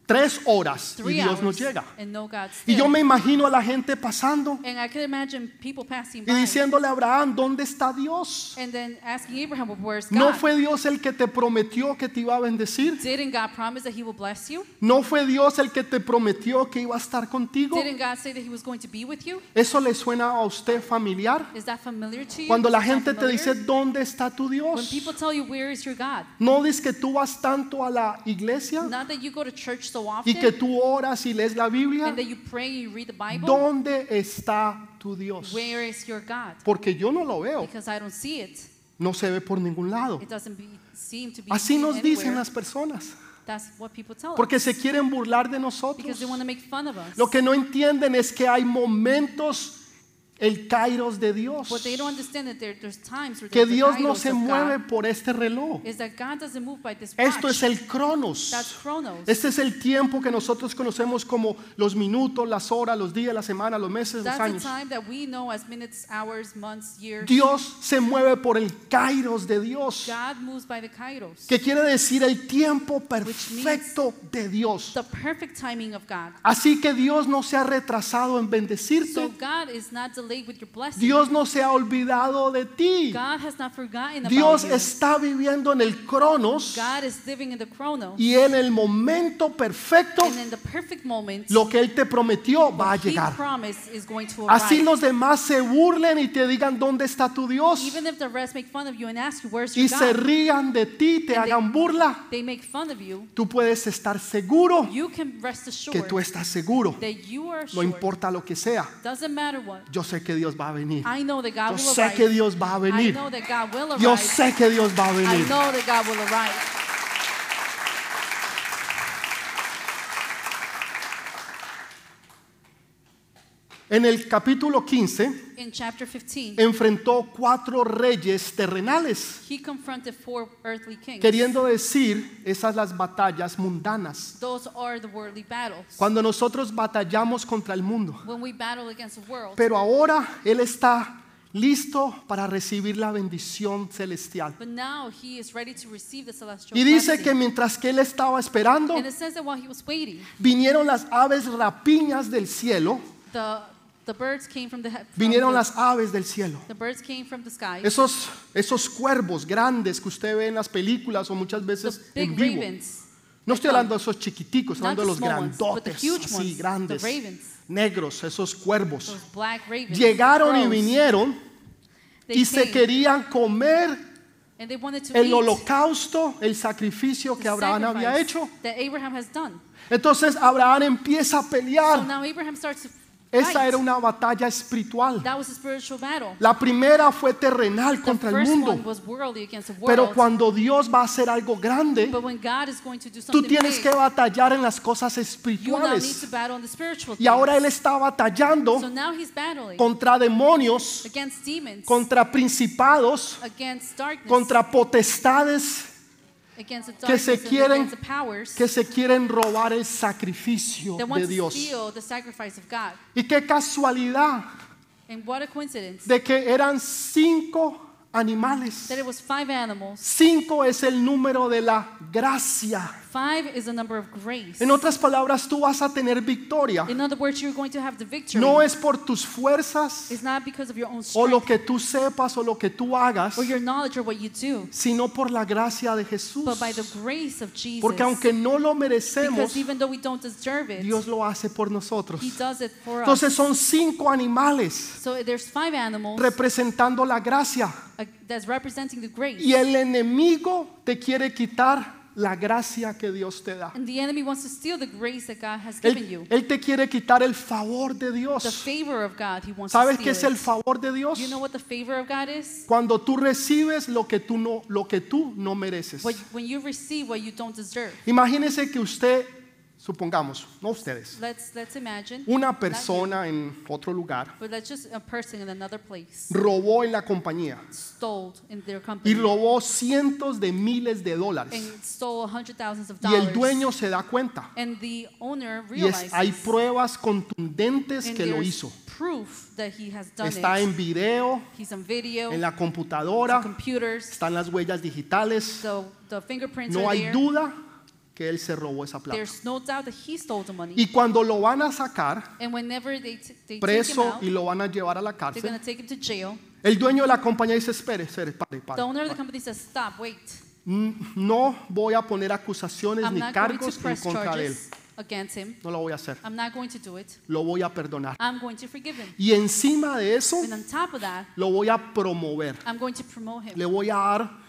Tres horas y
Three
Dios no
hours
llega.
and no God.
Y yo
still.
me imagino a la gente pasando
And I could imagine people passing
y
by
diciéndole a Abraham, ¿dónde está Dios?
and then asking Abraham, well, where's God?
¿No fue Dios el que te prometió que te iba a bendecir?
Didn't God promise that he will bless you?
¿No fue Dios el que te prometió que iba a estar contigo?
Didn't God say that he was going to be with you?
¿Eso le suena a usted familiar?
Is that familiar to you?
Cuando la
Does that
gente te
sound
dice,
familiar?
¿dónde está tu
when
Dios?
people tell you, where is your God?
¿No dices que tú vas tanto a la iglesia
Not that you go to church so often
y que tú oras y lees la Biblia?
and that you pray and you read the Bible.
¿Dónde está tu Dios?
Where is your God?
Porque yo no lo veo,
Because I don't see it.
no se ve por ningún lado.
It doesn't be, seem to be
Así
seen
nos dicen
anywhere.
las personas,
That's what people tell
porque
us.
se quieren burlar de
Because
nosotros.
they want to make fun of us.
Lo que no entienden es que hay momentos el kairos de Dios.
But they don't understand that there, there's times where
Que
there's the
Dios no
kairos
se
of
mueve
God,
por este reloj.
is that God doesn't move by this
Esto
watch.
es el cronos.
That's chronos.
Este es el tiempo que nosotros conocemos como los minutos, las horas, los días, las semanas, los meses, los
That's
años.
the time that we know as minutes, hours, months, years.
Dios se mueve por el kairos de Dios,
God moves by the kairos.
que quiere decir el tiempo perfecto de Dios.
The perfect timing of God.
Así que Dios no se ha retrasado en
So
bendecirte.
God is not delayed with your blessing.
Dios no se ha olvidado de ti.
God has not forgotten
Dios
about you.
está viviendo en el cronos
God is living in the chronos.
y en el momento perfecto
And in the perfect moment,
lo que Él te prometió va a
what he
llegar.
promised is going to arrive.
Así los demás se burlen y te digan dónde está tu Dios
Even if the rest make fun of you and ask you, where's your
y se
God?
rían de ti, te
And they-
hagan burla.
They make fun of you.
Tú puedes estar seguro
You can rest
que
assured
tú estás seguro.
that you are
No
sure.
importa lo que sea.
Doesn't matter what.
Yo sé que Dios va a venir.
I know that God
Yo
will
sé
arrive.
que Dios va a
I
venir.
know that God will arrive.
Yo sé que Dios va a
I
venir.
know that God will arrive.
En el capítulo 15
In chapter 15,
Eh, enfrentó cuatro reyes terrenales,
he confronted four earthly kings.
queriendo decir esas las batallas mundanas.
Those are the worldly battles.
Cuando nosotros batallamos contra el mundo.
when we battle against the world.
Pero ahora Él está listo para recibir la bendición celestial.
But now he is ready to receive the celestial
Y dice que
blessing.
mientras que Él estaba esperando,
and it says that while he was waiting,
vinieron las aves rapiñas del cielo,
the the birds came from the he- from the,
vinieron las aves del cielo.
the birds came from the sky.
Esos, esos cuervos grandes que usted ve en las películas o muchas
the
veces en
big
vivo.
ravens.
No estoy hablando de esos chiquiticos,
Not
hablando de
the
los
small ones, but the
grandotes,
huge
así
ones,
grandes,
the ravens.
negros, esos cuervos.
Those black ravens.
Llegaron y
crows.
vinieron
They
y se
came,
querían comer
and they wanted to
el
eat
holocausto, el sacrificio
the
que Abraham había
sacrifice
hecho.
that Abraham has done.
Entonces Abraham empieza a
So
pelear.
now Abraham starts to
Ah. Esa
fight.
era una batalla espiritual.
that was a spiritual battle.
La primera fue terrenal
The
contra el
first one
mundo.
was worldly against the world.
Pero cuando Dios va a hacer algo grande,
but when God is going to do
tú
something
tienes
big,
que batallar en las cosas
You now need
espirituales.
to battle on the spiritual
Y ahora él
things.
está
So
batallando
now he's battling
contra demonios,
against demons,
contra principados,
against darkness,
contra potestades
against the
que
darkness,
se
and
quieren-
against the powers
que se quieren robar el sacrificio
that
de
want to
Dios.
steal the sacrifice of God.
Y qué casualidad
And what a coincidence
de que eran cinco animales.
that it was five animals.
Cinco es el número de la gracia.
Five is the number of grace.
En otras palabras, tú vas a tener victoria.
In other words, you're going to have the victory.
No es por tus fuerzas
it's not because of your own
o lo
strength
que tú sepas o lo que tú hagas,
or your knowledge or what you do,
sino por la gracia de Jesús.
but by the grace of Jesus.
Porque aunque no lo merecemos,
because even though we don't deserve it,
Dios lo hace por nosotros.
He does it for us.
Entonces son cinco animales
So there's five animals
representando la gracia.
uh, that's representing the grace.
Y el enemigo te quiere quitar la gracia que Dios te da.
And the enemy wants to steal the grace that God has given
Él,
you.
él te quiere quitar el favor de
The
Dios.
favor of God, he wants
¿Sabes qué
to
es
steal.
el favor de Dios?
it. You know what the favor of God is?
Cuando tú recibes lo que tú no, lo que tú no mereces.
What, when you receive what you don't deserve.
Imagínese que usted, supongamos, no ustedes,
Let's, let's imagine,
una persona en otro lugar
but let's just a person in another place
robó en la compañía
stole in their company
y robó cientos de miles de dólares
and stole hundred thousands of
y
dollars.
el dueño se da cuenta
and the owner
y es-
realizes
hay pruebas contundentes
and
que lo
there's
hizo.
proof that he has done
Está
it.
en video,
He's on video,
en la
the
computadora,
computers,
están las huellas digitales.
so the fingerprints
No
are
hay
there.
duda que él se robó esa plata.
There's no doubt that he stole the money.
Y cuando lo van a sacar
And whenever they, t- they take him
preso
out,
y lo van a llevar a la
they're going
cárcel,
to take him to jail.
el dueño de la compañía dice, espere, espere, pare, pare,
The owner of the
pare.
company says, stop, wait.
N- No voy a poner acusaciones
I'm
ni
not going to
cargos en
press
contra de él.
charges against him.
No lo voy a hacer.
I'm not going to do it.
Lo voy a perdonar.
I'm going to forgive him.
Y encima de eso,
And on top of that,
lo voy a promover.
I'm going to promote him.
Le voy a dar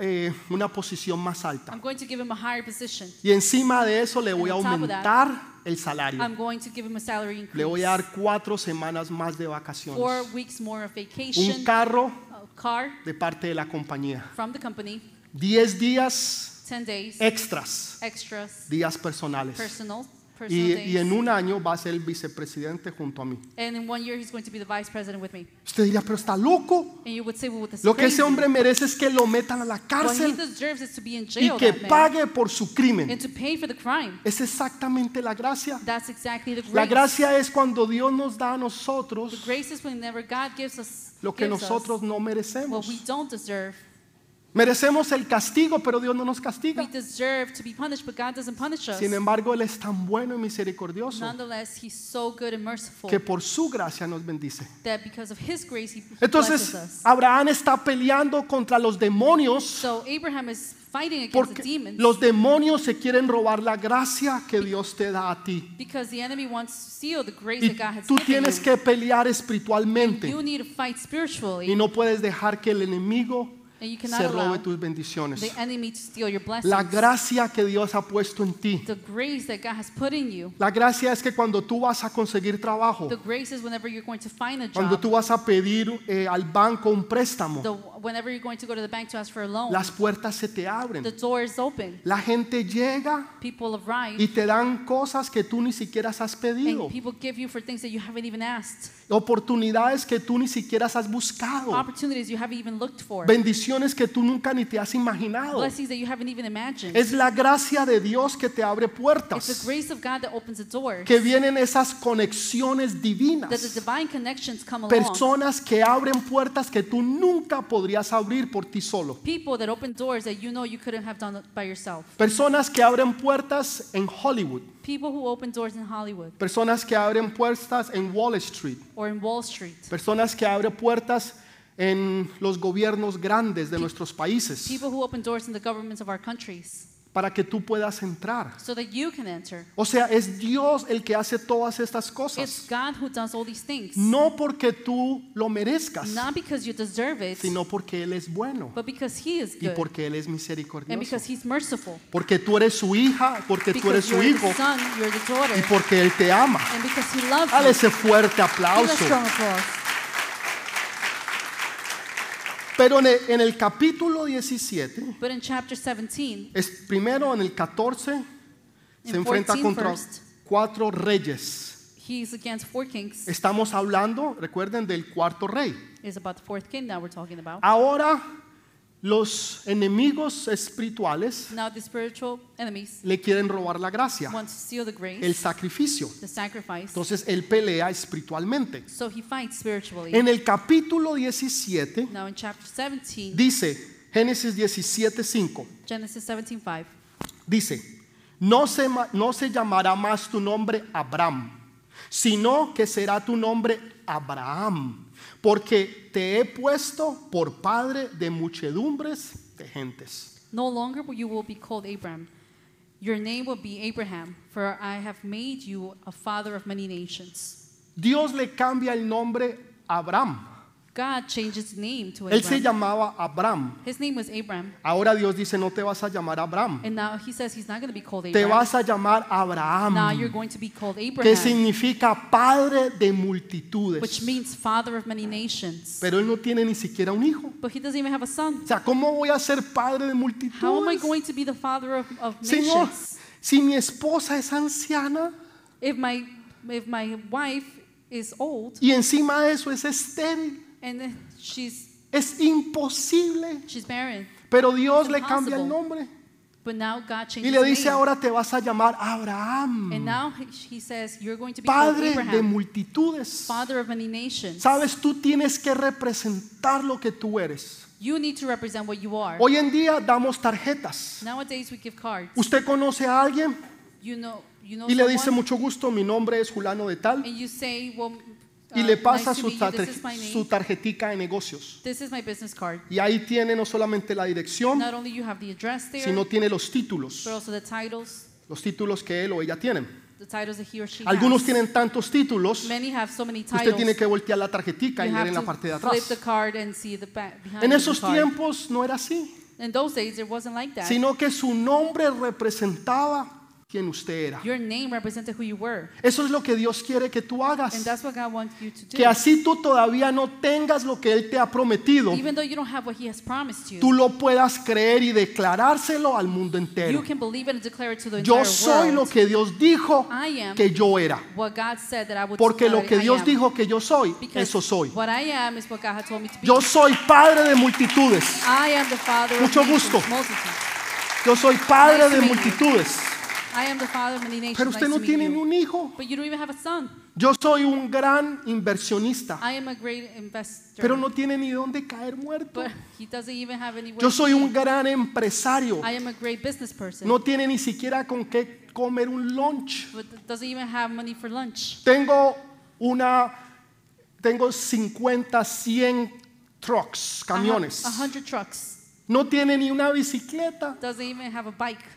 eh, una posición más alta.
I'm going to give him a higher position.
Y encima de eso, le voy a
And on top of that,
aumentar el salario.
I'm going to give him a salary
Le voy
increase.
a dar cuatro semanas más de
Four
vacaciones.
weeks more of
Un
vacation,
carro
a car
de parte de la compañía.
from the company,
Diez días
10 days,
extras,
extras,
días personales.
personal. personal
Eh. y,
days.
y en un año va a ser el vicepresidente junto a mí.
and in one year, he's going to be the vice president with me.
Usted diría, pero está loco.
And you would say, well, this is
Lo que ese
crazy.
hombre merece es que lo metan a la
what he
cárcel
deserves is to be in
y
jail
que
that man,
pague por su crimen.
and to pay for the crime.
Es exactamente la gracia.
That's exactly the grace.
La gracia es cuando Dios nos da a
the
nosotros
grace is whenever God gives us,
lo que
gives us
nosotros no
what we
merecemos.
don't deserve.
Merecemos el castigo, pero Dios no nos
We
castiga.
deserve to be punished, but God doesn't punish us.
Sin embargo, Él es tan bueno y misericordioso
Nonetheless, He's so good and merciful
que por su gracia nos bendice.
that because of His grace, He blesses
Entonces,
us.
Abraham está peleando contra los demonios
So Abraham is fighting against the
porque
demons
los demonios se quieren robar la gracia que Dios te da a ti.
because the enemy wants to steal the grace
Y
that God has
tú
given
tienes
you.
que pelear espiritualmente
You need to fight spiritually,
y no puedes dejar que el enemigo
and you cannot
se
allow
robe tus bendiciones.
the enemy to steal your blessings.
La gracia que Dios ha puesto en ti.
the grace that God has put in you.
La gracia es que cuando tú vas a conseguir trabajo,
The grace is whenever you're going to find a
cuando
job.
tú vas a pedir eh, al banco un préstamo,
The, whenever you're going to go to the bank to ask for a loan,
las puertas se te
the
abren.
door is open.
La gente llega
People arrive,
y te dan cosas que tú ni siquiera has pedido,
and people give you for things that you haven't even asked,
oportunidades que tú ni siquiera has buscado,
opportunities you haven't even looked for,
bendiciones que tú nunca ni te has imaginado.
blessings that you haven't even imagined.
Es la gracia de Dios que te abre
It's the
puertas,
grace of God that opens the door.
que vienen esas conexiones
That the
divinas,
divine connections come along.
personas que abren puertas que tú nunca podrías abrir por ti solo.
People that open doors that you know you couldn't have done by yourself.
Personas que abren puertas en Hollywood,
People who open doors in Hollywood
personas que abren puertas en Wall Street,
or in Wall Street.
personas que abren puertas en los gobiernos grandes de nuestros países
People who open doors in the governments of our countries
para que tú puedas entrar.
so that you can enter.
O sea, es Dios el que hace todas estas
It's
cosas.
God who does all these things.
No porque tú lo merezcas,
Not because you deserve it,
sino porque Él es bueno
but because He is
y
good
porque Él es
and
misericordioso.
because He's merciful.
Porque tú eres su hija, porque tú eres
Because
su
you're
hijo
the son, you're the daughter,
y porque Él te ama.
and because He loves
Dale
you.
ese fuerte
Give us
aplauso.
strong applause.
Pero en el, en el capítulo 17,
But in chapter 17,
es, primero en el 14, se
In
enfrenta
14
contra
first.
cuatro reyes.
he's against four kings.
Estamos hablando, recuerden, del cuarto rey.
It's about the fourth king that we're talking about.
Ahora, los enemigos espirituales
Now the spiritual enemies
le quieren robar la gracia,
want to steal the grace,
el sacrificio.
the sacrifice.
Entonces, él pelea espiritualmente.
So he fights spiritually.
En el capítulo 17
now in chapter 17,
dice, Génesis 17, 5,
Genesis 17, 5,
dice, no se, ma- no se llamará más tu nombre Abraham, sino que será tu nombre Abraham, porque te he puesto por padre de muchedumbres de gentes.
No longer will you will be called Abraham. Your name will be Abraham, for I have made you a father of many nations.
Dios le cambia el nombre Abraham.
God changes his name to
Él se
Abraham.
llamaba Abraham.
His name was Abraham.
Ahora Dios dice, no te vas a llamar Abraham,
And now he says he's not going to be called
te
Abraham.
vas a llamar
Now you're
Abraham,
going to be called
que
Abraham,
significa padre de
which
multitudes.
means father of many nations.
Pero él no tiene ni siquiera un hijo.
But he doesn't even have a son.
O sea, ¿cómo voy a ser padre de
How am I
multitudes?
going to be the father of, of
Señor,
nations
si mi esposa es anciana
if my if my wife is old
y encima de eso es estéril,
and then she's
es imposible.
she's barren?
Pero Dios
It's
le cambia el
impossible.
nombre
But now
y
God changes
le
his
dice,
name.
ahora te vas a llamar Abraham.
And now he- he says, You're going to be called
Padre de
Abraham,
multitudes.
father of many nations.
Sabes, tú tienes que representar lo que tú eres.
You need to represent what you are.
Hoy en día damos tarjetas.
Nowadays we give cards.
Usted conoce a alguien
You know, you know
y le dice
someone,
mucho gusto, mi nombre es fulano de tal
and you say, Well,
y
uh,
le pasa
nice to
su,
meet you.
tarje-
This is my
su
name.
tarjetica de negocios.
This is my business card.
Y ahí tiene no solamente la dirección,
Not only you have the address there,
sino tiene los títulos,
but also the titles,
los títulos que él o ella tienen.
the titles that he or she
Algunos
has.
tienen tantos títulos,
Many have so many
que usted
titles.
tiene que voltear la tarjetica y
you
ver
have
en
to
la parte de
flip the
atrás.
card and see the back behind
En
of the
esos
card.
tiempos no era así.
In those days, it wasn't like that.
sino que su nombre representaba quien usted era.
Your name represented who you were.
Eso es lo que Dios quiere que tú
And
hagas.
that's what God wants you to do.
Que así tú todavía no tengas lo que Él te ha prometido,
Even though you don't have what He has promised you,
tú lo puedas creer y declarárselo al mundo
you
entero.
can believe it and declare it to the
Yo
entire
soy lo
world.
que Dios dijo
I am
que yo era.
what God said that I would
Porque
that
lo que
I
Dios
am.
dijo que yo soy,
Because
eso soy.
What I am is what God had told me to be.
Yo soy padre de multitudes.
I am the father of
Mucho
nations,
gusto.
multitudes.
Yo soy padre
Nice
de
to meet you.
multitudes.
I am the father of many nations.
Pero usted
nice
no
to meet
tiene
you.
ni un hijo.
But you don't even have a son.
Yo soy un gran inversionista,
I am a great investor.
pero no tiene ni dónde caer muerto.
but he doesn't even have any.
Yo soy un gran empresario.
I am a great business person.
No tiene ni siquiera con qué comer un lunch.
But doesn't even have money for lunch.
Tengo una tengo 50, 100 trucks, camiones.
A hundred trucks.
No tiene ni una bicicleta.
Doesn't even have a bike.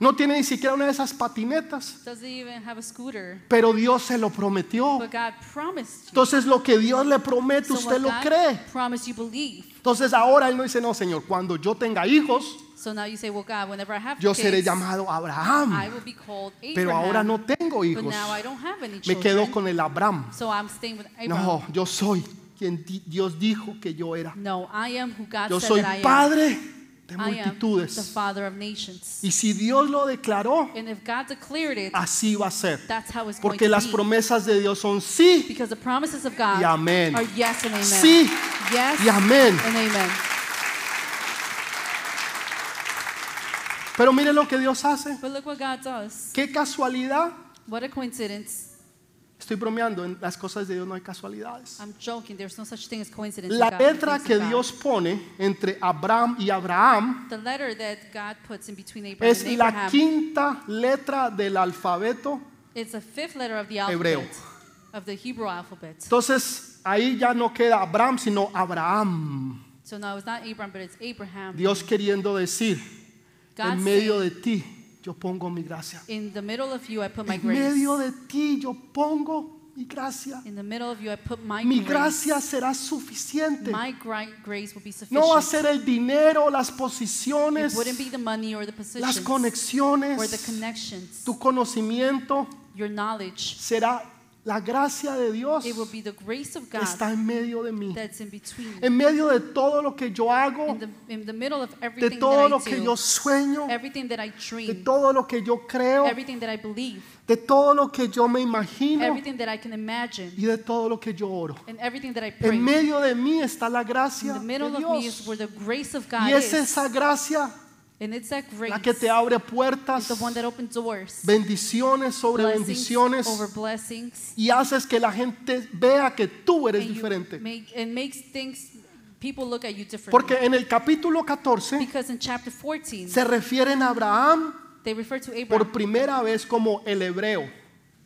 No tiene ni siquiera una de esas patinetas,
Doesn't even have a scooter.
pero Dios se lo prometió.
But God promised you.
Entonces lo que Dios le promete,
So
usted
what
lo
God
cree.
promised you believe.
Entonces ahora él no dice, no, Señor, cuando yo tenga hijos,
So now you say, well, God, whenever I have
yo
kids,
seré llamado
I
Abraham.
will be called Abraham.
Pero ahora no tengo
But
hijos.
now I don't have any
Me
children.
quedo con el Abraham.
So I'm staying with Abraham.
No, yo soy quien di- Dios dijo que yo era.
No, I am who God
Yo
said
soy
that I am.
padre de
I am the
multitudes.
father of nations.
Y si Dios lo declaró,
And if God declared it,
así va a ser.
that's how it's
Ah. Porque
going
las
to be.
promesas de Dios son sí
Because the promises of God
Y amén.
are yes and amen.
Sí
yes
y amén.
and amen.
Pero mire lo que Dios hace.
But look what God does.
Qué casualidad.
What a coincidence.
Estoy bromeando, en las cosas de Dios no hay casualidades.
I'm joking. There's no such thing as coincidence. in
La
God, in
letra
things
que
of God.
Dios pone entre Abraham y Abraham
The letter that God puts in between Abraham
es
and
la
Abraham.
quinta letra del alfabeto.
It's the fifth letter of the
Hebreo.
alphabet. Of the Hebrew alphabet.
Entonces ahí ya no queda Abraham, sino Abraham.
So now it's not Abraham, but it's Abraham.
Dios queriendo decir,
God
en medio de ti yo pongo mi gracia.
said, in the middle of you I put my
En
grace.
medio de ti yo pongo mi gracia.
In the middle of you, I put my
Mi
grace.
gracia será suficiente.
My gri- grace will be sufficient.
No va a ser el dinero, las posiciones,
it wouldn't be the money or the positions
las
or the
conexiones,
connections,
tu conocimiento,
your knowledge.
será la gracia de Dios
It will be the grace of
que
God
está en medio de mí.
that's in between.
En medio de todo lo que yo hago,
in, the, in the middle of
de
everything
todo
that I
lo que
do,
yo sueño,
everything that I
de
dream,
todo lo que yo creo,
everything that I believe,
de todo lo que yo me imagino
everything that I can imagine,
y de todo lo que yo oro.
and everything that I pray.
En medio de mí está la
in
gracia
the
de
middle of me is
Dios.
where the grace of God
Y es
is.
esa gracia
And it's that grace,
la que te abre puertas,
the one that opens doors,
bendiciones sobre
blessings
bendiciones
over blessings.
y haces que la gente vea que tú eres
and you
diferente.
Make, and makes things people look at you differently.
Porque en el capítulo 14
because in chapter 14
se refieren a Abraham
they refer to Abraham
por primera vez como el hebreo.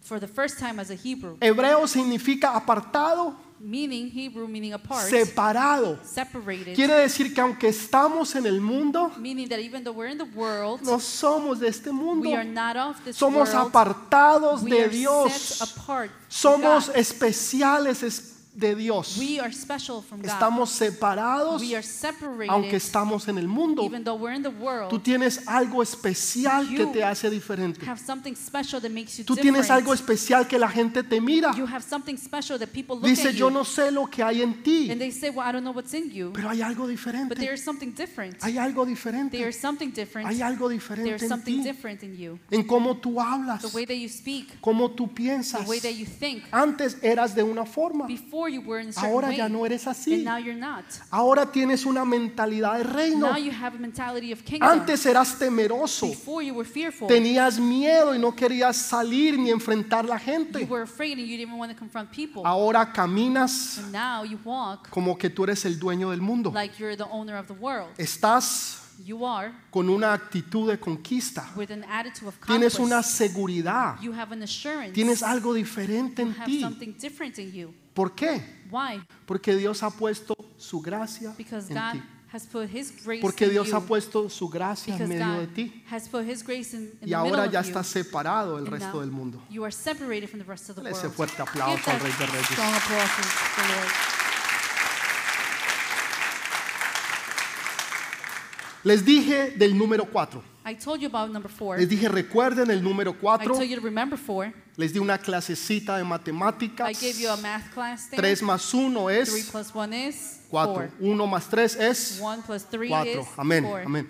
for the first time as a Hebrew,
Hebreo significa apartado,
meaning Hebrew meaning apart,
separado.
separated,
Quiere decir que aunque estamos en el mundo,
meaning that even though we're in the world,
no somos de este mundo.
we are not of this
Somos
world.
apartados
we
de
are
Dios.
set apart. from
Somos
God.
especiales es- de Dios.
We are special from God.
Estamos separados
We are separated,
aunque estamos en el mundo.
even though we're in the world.
Tú tienes algo especial que
You
te hace diferente.
have something special that makes you
Tú
different.
tienes algo especial que la gente te mira.
you have something special that people look
Dice,
at you
yo no sé lo que hay en
and
ti,
they say, "Well, I don't know what's in you."
pero hay algo
But there
diferente.
is something different.
Hay algo
There
diferente.
is something different.
Hay algo
There is
diferente en
something
ti.
different in you.
En cómo tú hablas,
The way that you speak,
cómo tú
the
piensas.
way that you think.
Antes eras de una forma,
Before you were in a certain
Ah. ahora
way,
ya no eres
and
así.
now you're not.
Ahora tienes una mentalidad de reino.
Now you have a mentality of kingdom.
Antes eras temeroso,
Before you were fearful.
tenías miedo y no querías salir ni enfrentar la
You
gente.
were afraid and you didn't even want to confront people.
Ahora caminas
And now you walk
como que tú eres el dueño del mundo.
like you're the owner of the world.
Estás
You are
con una actitud de conquista.
with an attitude of conquest.
Tienes una seguridad.
You have an assurance.
Tienes algo diferente
you
en
have
ti.
something different in you.
¿Por qué?
Why?
Porque Dios ha puesto su gracia
Because
en
God
ti.
has put His grace
Porque
in
Dios
you.
ha puesto su gracia en
Because
medio de
God
ti.
has put His grace in, in
Y
the middle
ahora
of
ya
you,
estás separado del
and
resto
now
del mundo.
You are separated from the rest of the
Dale
world.
ese fuerte aplauso
Give that
al Rey de Reyes.
strong applause to the Lord.
Les dije del número 4.
I I told you about number four.
Les dije, recuerden el número
I
4.
told you to remember four.
Les di una clasecita de
I
matemáticas.
gave you a math class thing.
3 más 1
Three
es
plus one is
4. 1 más 3 es
four. One plus three
4.
is
Amén,
four.
amén.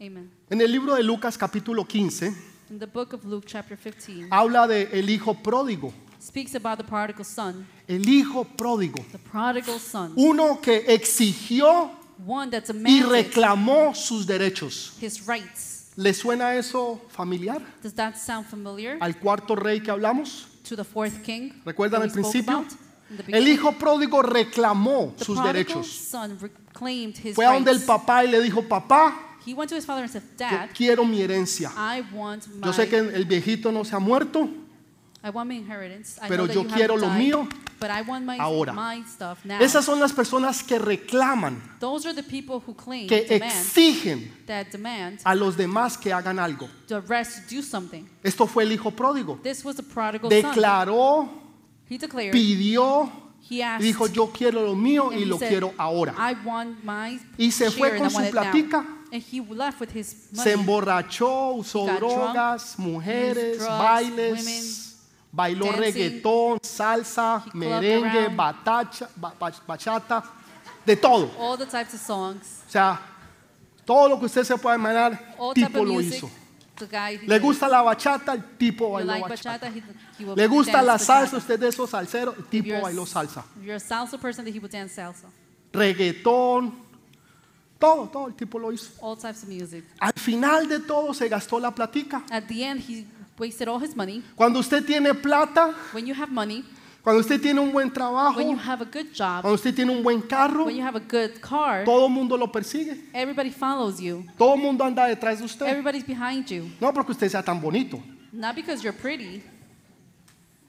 Amen.
En el libro de Lucas capítulo 15
In the book of Luke, chapter 15,
habla de el hijo pródigo.
speaks about the prodigal son.
El hijo pródigo.
The prodigal son.
Uno que exigió
One that's
y
demanded
reclamó sus derechos.
his rights.
¿Le suena eso familiar
Does that sound familiar
al cuarto rey que hablamos?
to the fourth king?
¿Recuerdan
that we
el
spoke
principio?
about in the
El
beginning?
hijo pródigo reclamó
The
sus
prodigal
derechos.
son reclaimed his
Fue a donde el
rights.
papá y le dijo, papá,
He went to his father and said,
yo
Dad,
quiero mi herencia.
I want
Yo sé que
my,
el viejito no se ha muerto,
I want my inheritance. I
Pero
know that
yo
you
quiero
haven't
lo
died,
mío
but I want my,
ahora."
my stuff now.
Esas son las personas que reclaman,
Those are the people who claim,
que
demand,
exigen
that demand
a los demás que hagan algo.
the rest to do something.
Esto fue el hijo pródigo.
This was the prodigal son.
Declaró,
He declared,
pidió,
he
y
asked,
dijo yo quiero lo mío
and
y
he
lo
said,
quiero ahora.
I want my
Y se fue
share
con
and I
su
want it now."
platica.
And he left with his
Se
money,
emborrachó, usó
got drunk,
drogas, mujeres,
drugs,
bailes, bailó
dancing.
reggaetón, salsa,
He clubbed
merengue,
around.
batacha- ba- ba- bachata, de todo.
all the types of songs,
O sea, todo lo que usted se pueda imaginar,
all type
tipo
of
lo
music.
hizo.
The guy who
Le gusta la bachata, el tipo
you
bailó
like
bachata.
bachata, he, he will
Le gusta
dance
la salsa,
bachata.
usted es esos salseros, el
If you're
tipo
a-
bailó salsa.
if You're a salsa person, that he will dance salsa.
Reggaetón, todo, todo el tipo lo hizo.
All types of music.
Al final de todo se gastó la platica.
At the end, he wasted all his money.
Cuando usted tiene plata,
When you have money,
cuando usted tiene un buen trabajo,
when you
cuando
have a good job,
usted tiene un buen carro,
when you have a good car,
todo el mundo lo persigue.
everybody follows you.
Todo el mundo anda detrás de usted.
Everybody's behind you.
No porque usted sea tan bonito,
Not because you're pretty,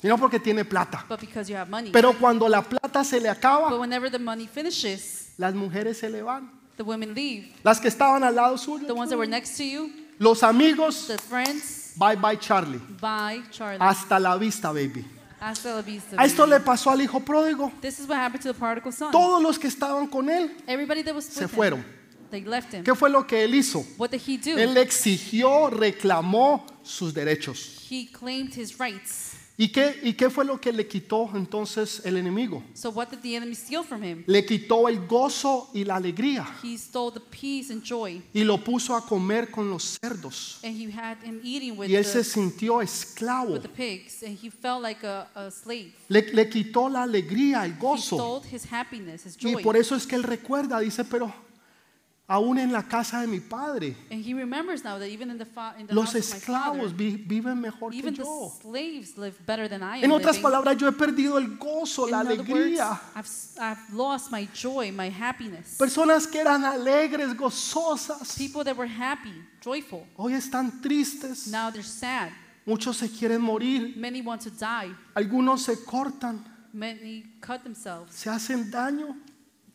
sino porque tiene plata.
but because you have money.
Pero cuando la plata se le
But
acaba,
whenever the money finishes,
las mujeres se le van.
the women leave.
Las que estaban al lado suyo,
The ones that were next to you,
los amigos,
the friends,
bye bye Charlie.
bye, Charlie.
Hasta la vista, baby.
Hasta la vista.
A esto
baby.
le pasó al hijo pródigo.
This is what happened to the prodigal son.
Todos los que estaban con él,
Everybody that was
Se
with
fueron.
him, they left him.
¿qué fue lo que él hizo?
What did he do?
Él le exigió, reclamó sus derechos.
He claimed his rights.
¿Y qué, ¿Y qué fue lo que le quitó entonces el enemigo?
So what did the enemy steal from him?
Le quitó el gozo y la alegría
He stole the peace and joy,
y lo puso a comer con los cerdos.
and he had him eating with
Y él se
the,
sintió esclavo.
with the pigs, and he felt like a, a slave.
Le, le quitó la alegría, el
He
gozo.
stole his happiness, his
Y
joy.
por eso es que él recuerda, dice, pero aún en la casa de mi padre,
And he remembers now that even in the, fa- in the
los
house of my father,
esclavos vi- viven mejor que
even the
yo.
slaves live better than I am
En otras
living.
palabras, yo he perdido el gozo,
In
la
other words,
alegría.
I've, s- I've lost my joy, my happiness.
Personas que eran alegres, gozosas,
People that were happy, joyful,
hoy están tristes.
now they're sad.
Muchos se quieren morir,
Many want to die.
algunos se cortan,
Many cut themselves.
se hacen daño,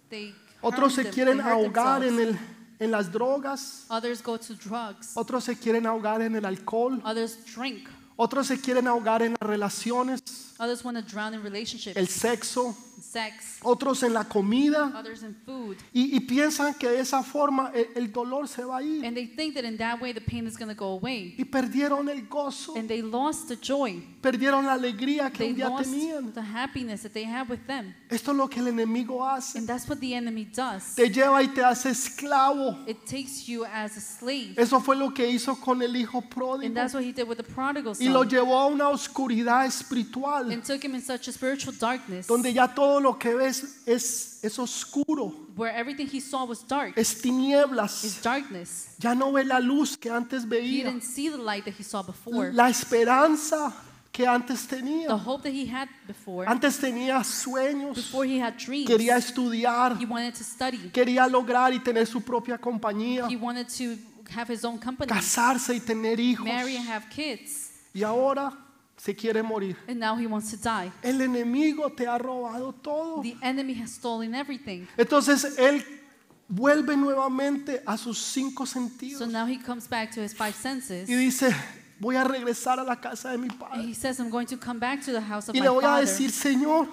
They
otros
harm
se
them-
quieren
they hurt
ahogar en,
themselves.
el, en las drogas,
Others go to drugs.
otros se quieren ahogar en el alcohol,
Others drink.
otros se quieren ahogar en las relaciones,
Others want to drown in relationships,
el sexo,
in sex.
otros en la comida
Others in food.
y, y piensan que de esa forma el, el dolor se va a ir
And they think that in that way the pain is going to go away.
y perdieron el gozo.
And they lost the joy.
Perdieron la alegría que
They
un día
lost
tenían.
the happiness that they have with them.
Esto es lo que el enemigo hace.
And that's what the enemy does.
Te lleva y te hace esclavo.
It takes you as a slave.
Eso fue lo que hizo con el hijo pródigo.
And that's what he did with the prodigal
Y lo
son.
llevó a una oscuridad espiritual
And took him in such a spiritual darkness
donde ya todo lo que ves es, es oscuro,
where everything he saw was dark.
es
Is
tinieblas.
darkness.
Ya no ve la luz que antes
He
veía,
didn't see the light that he saw before.
la esperanza que antes
The
tenía.
hope that he had before.
Antes tenía sueños,
Before he had dreams.
quería estudiar,
He wanted to study.
quería lograr y tener su propia compañía.
He wanted to have his own company,
casarse y tener hijos
marry and have kids,
y ahora se quiere morir.
and now he wants to die.
El enemigo te ha robado todo.
The enemy has stolen everything.
Entonces él vuelve nuevamente a sus cinco
So
sentidos
now he comes back to his five
y
senses,
dice, voy a regresar a la casa de mi
and
padre
he says, I'm going to come back to the house of
y
my
le voy a
father,
decir, Señor,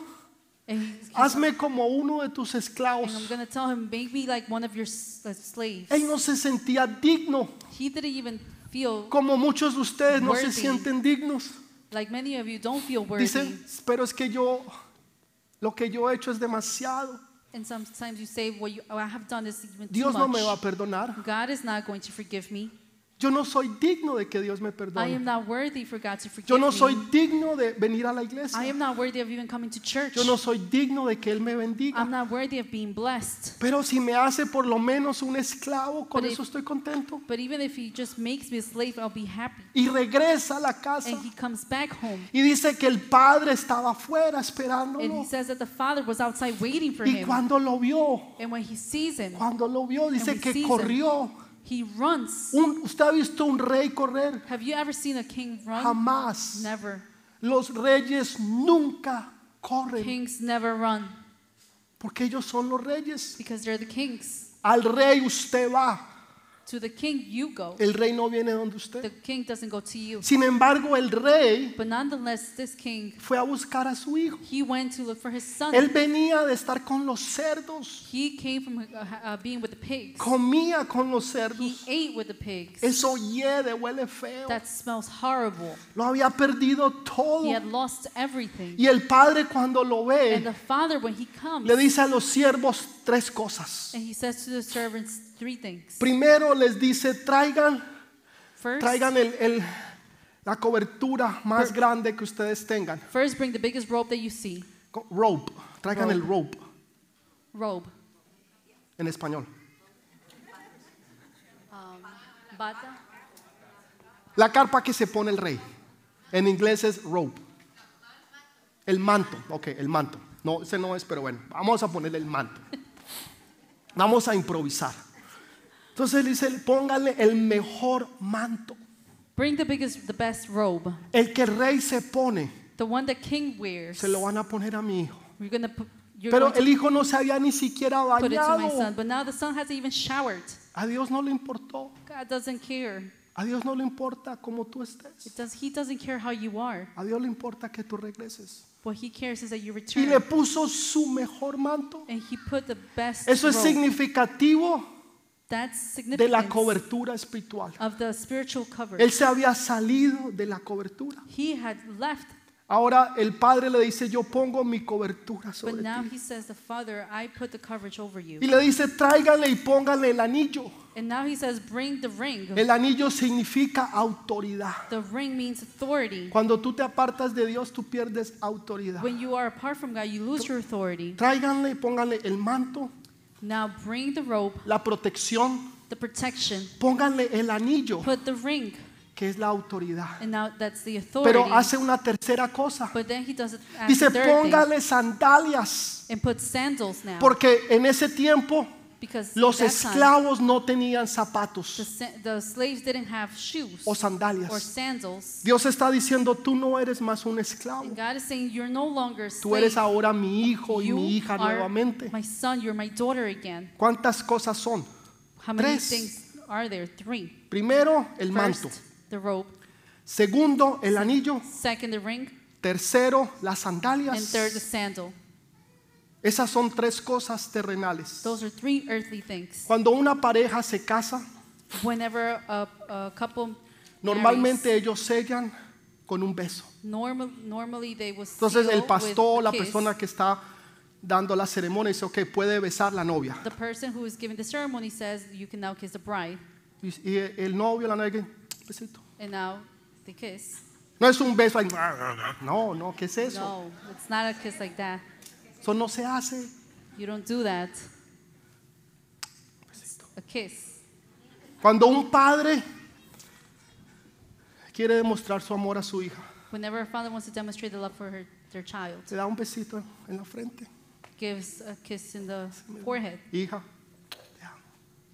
And, he's- he's-
Hazme como uno de tus
and I'm
esclavos.
going to tell him, make me like one of your s- uh, slaves.
Él no se sentía digno,
He didn't even feel,
como muchos de ustedes no se
Worthy.
sienten dignos.
like many of you don't feel worthy.
Dicen, pero es que yo, lo que yo he hecho es demasiado.
and sometimes you say, what, you, what I have done is even
Dios
too
no
much.
me va a perdonar.
God is not going to forgive me.
Yo no soy digno de que Dios me
I am
perdone.
not worthy for God to forgive
Yo no soy
me.
digno de venir a la
I
iglesia.
am not worthy of even coming to church.
Yo no soy digno de que Él me
I'm
bendiga.
not worthy of being blessed.
Pero si me hace por lo menos un esclavo, con
But
eso
if-
estoy contento.
But even if he just makes me a slave, I'll be happy.
Y regresa a la casa
And he comes back home.
y dice que el padre estaba afuera
And he
esperándolo.
says that the father was outside waiting for
Y
him.
cuando lo vio,
And when he sees him,
cuando lo vio, dice
we
que
see them.
corrió.
he runs.
Un- ¿Usted ha visto un rey correr?
Have you ever seen a king run?
Jamás.
Never.
Los reyes nunca corren
Kings never run
porque ellos son los reyes.
because they're the kings.
Al rey usted va.
To the king, you go.
El rey no viene donde
The
usted.
king doesn't go to you.
Sin embargo, el rey
But nonetheless, this king,
fue a buscar a su hijo.
he went to look for his son.
Él venía de estar con los cerdos.
He came from uh, uh, being with the pigs.
Comía con los
He
cerdos.
ate with the pigs.
Eso hiede, huele feo.
That smells horrible.
Lo había perdido todo.
He had lost everything.
Y el padre cuando lo
And
ve
the father, when he comes,
le dice a los siervos tres cosas.
and he says to the servants three things.
Primero les dice, traigan
First,
Traigan el- el- la cobertura más grande que ustedes tengan.
first bring the biggest robe that you see.
Co- Rope. Traigan el rope
Robe.
en español.
Bata.
La carpa que se pone el rey. En inglés es rope. El manto. Ok, el manto. No, ese no es, pero bueno, vamos a ponerle el manto. Vamos a improvisar. Entonces dice, póngale el mejor manto.
Bring the biggest, the best robe.
El que el rey se pone,
The one that king wears.
se lo van a poner a mi hijo.
We're gonna put, you're
Pero
going to
el hijo no se había ni siquiera
put it to my
bañado.
son. But now the son hasn't even showered.
A Dios no le importó.
God doesn't care.
A Dios no le importa cómo tú estés.
It does, he doesn't care how you are.
A Dios le importa que tú regreses.
What he cares is that you
Y
return.
le puso su mejor manto.
And he put the best
Eso es
robe.
significativo
That's
de la
significant
cobertura espiritual.
of the spiritual cover.
Él se había salido de la cobertura.
He had left,
Ahora el Padre le dice, yo pongo mi cobertura
but
sobre
now
ti.
he says, "The Father, I put the coverage over you."
Y le dice, tráiganle y pónganle el anillo.
And now he says, "Bring the ring."
El anillo significa autoridad.
The ring means authority.
Cuando tú te apartas de Dios, tú pierdes autoridad.
When you are apart from God, you lose your authority.
Tráiganle y pónganle el manto,
Now bring the robe,
la protección.
the protection.
Pónganle el anillo.
Put the ring,
que es la autoridad.
and now that's the
Pero
authority.
hace una tercera cosa.
But then he does it as
Dice,
a third Pues, thing,
póngale sandalias.
and put sandals now,
Porque en ese tiempo
because
los
that time,
esclavos no tenían
the,
zapatos
sa- the slaves didn't have shoes
o
or
sandalias.
sandals.
Dios está diciendo, tú no eres más un
And
esclavo.
God is saying, "You're no longer a
Tú eres
slave."
ahora mi hijo y
You
mi hija
are
nuevamente.
My son, you're my daughter again.
¿Cuántas cosas son?
How many
Tres.
things are there? Three.
Primero, el manto.
First, the robe.
Segundo, el anillo.
Second, the ring.
Tercero, las
And
sandalias.
third, the sandal.
Esas son tres cosas terrenales.
Those are three earthly things.
Cuando una pareja se casa,
Whenever a, a couple
Normalmente
marries,
ellos sellan con un beso.
normal, normally they will
Entonces
seal
el pastor,
with
la
a kiss.
persona que está dando la ceremonia, dice, ok, puede besar la novia.
The person who is giving the ceremony says, "You can now kiss the bride."
Y, y el novio, la novia, besito.
And now they kiss.
No es un beso, ahí, no, no, ¿qué es eso?
No, it's not a kiss like that.
Eso no se hace.
You don't do that. A kiss.
Cuando un padre quiere demostrar su amor a su hija,
Whenever a father wants to demonstrate the love for her, their child,
le da un besito en la frente.
gives a kiss in the forehead,
Hija, te amo.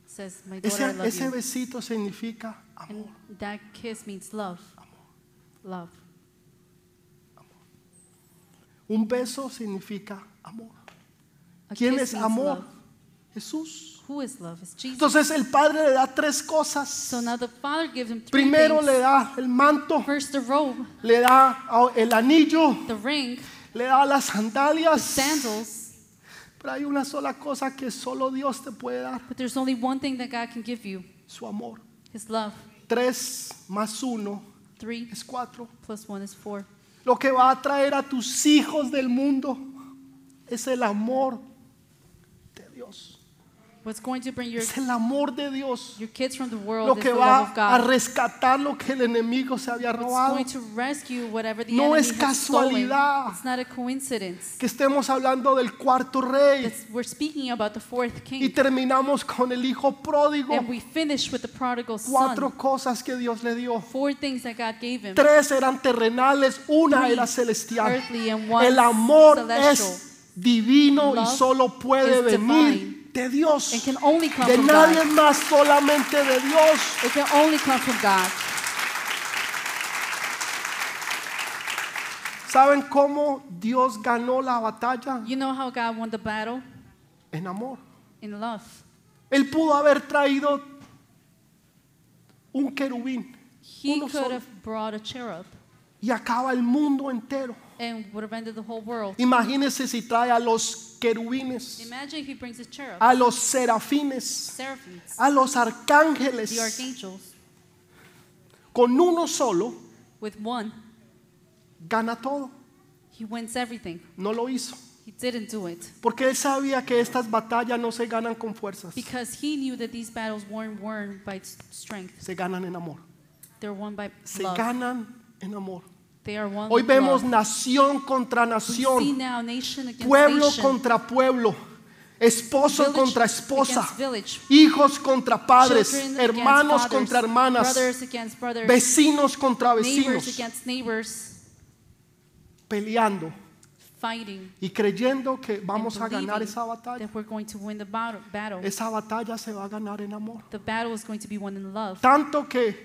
says, "My daughter, I
Ese,
love
ese
you."
besito significa
And
amor.
that kiss means love, love.
Un beso significa amor.
A
¿Quién
kiss
es
means
amor?
love.
Jesús.
Who is love? It's Jesus.
Entonces el Padre le da tres cosas.
So now the Father gives him three
Primero
things.
le da el manto,
First the robe,
le da el anillo,
the ring,
le da las sandalias.
sandals,
Pero hay una sola cosa que solo Dios te puede dar,
but there's only one thing that God can give you
su amor.
His love.
Tres más uno
Three
es cuatro.
plus one is four.
Lo que va a traer a tus hijos del mundo es el amor de Dios.
What's going to bring your,
Es el amor de Dios.
your kids from the
Lo
world is
que
the love
va
of
a
God.
rescatar lo que el enemigo se había
What's
robado.
going to rescue whatever the
No
enemy
es
has stolen.
casualidad.
It's not a coincidence.
Que estemos hablando del cuarto rey
It's- we're speaking about the fourth
y
king,
terminamos con el hijo pródigo.
and we finish with the prodigal son.
Cuatro cosas que Dios le dio.
Four things that God gave him.
Tres eran terrenales, una
Three
era celestial.
earthly and one
El amor
celestial.
es divino y
Love
solo puede
is
venir
divine.
de Dios,
It can only come
de
from
nadie
God.
más, solamente de Dios.
It can only come from God.
¿Saben cómo Dios ganó la batalla?
You know how God won the battle?
En amor.
In love.
Él pudo haber traído un querubín
He
Uno solo.
could have brought a cherub
y acaba el mundo entero.
and would have ended the whole world.
Imagínense si trae a los querubines,
Imagine if he brings a cherub,
a los serafines,
seraphims,
a los
the
arcángeles.
archangels,
Con uno solo
with one.
gana todo.
He wins everything.
No lo hizo.
He didn't do it
Porque él sabía que estas batallas no se ganan con fuerzas,
because he knew that these battles weren't won by s- strength.
se ganan en amor.
They're won by
Se
love.
ganan en amor.
They are won
Hoy
with
vemos
love.
nación contra
We see
nación,
now nation against
pueblo
nation,
contra pueblo, esposo
village
contra esposa,
against village,
hijos contra padres,
children against
hermanos
fathers,
contra hermanas,
brothers against brothers,
vecinos contra
neighbors
vecinos,
against neighbors,
peleando
fighting.
y creyendo que
and
vamos a ganar
believing
esa batalla.
That we're going to win the battle. battle.
Esa batalla se va a ganar en amor.
The battle is going to be won in love.
Tanto que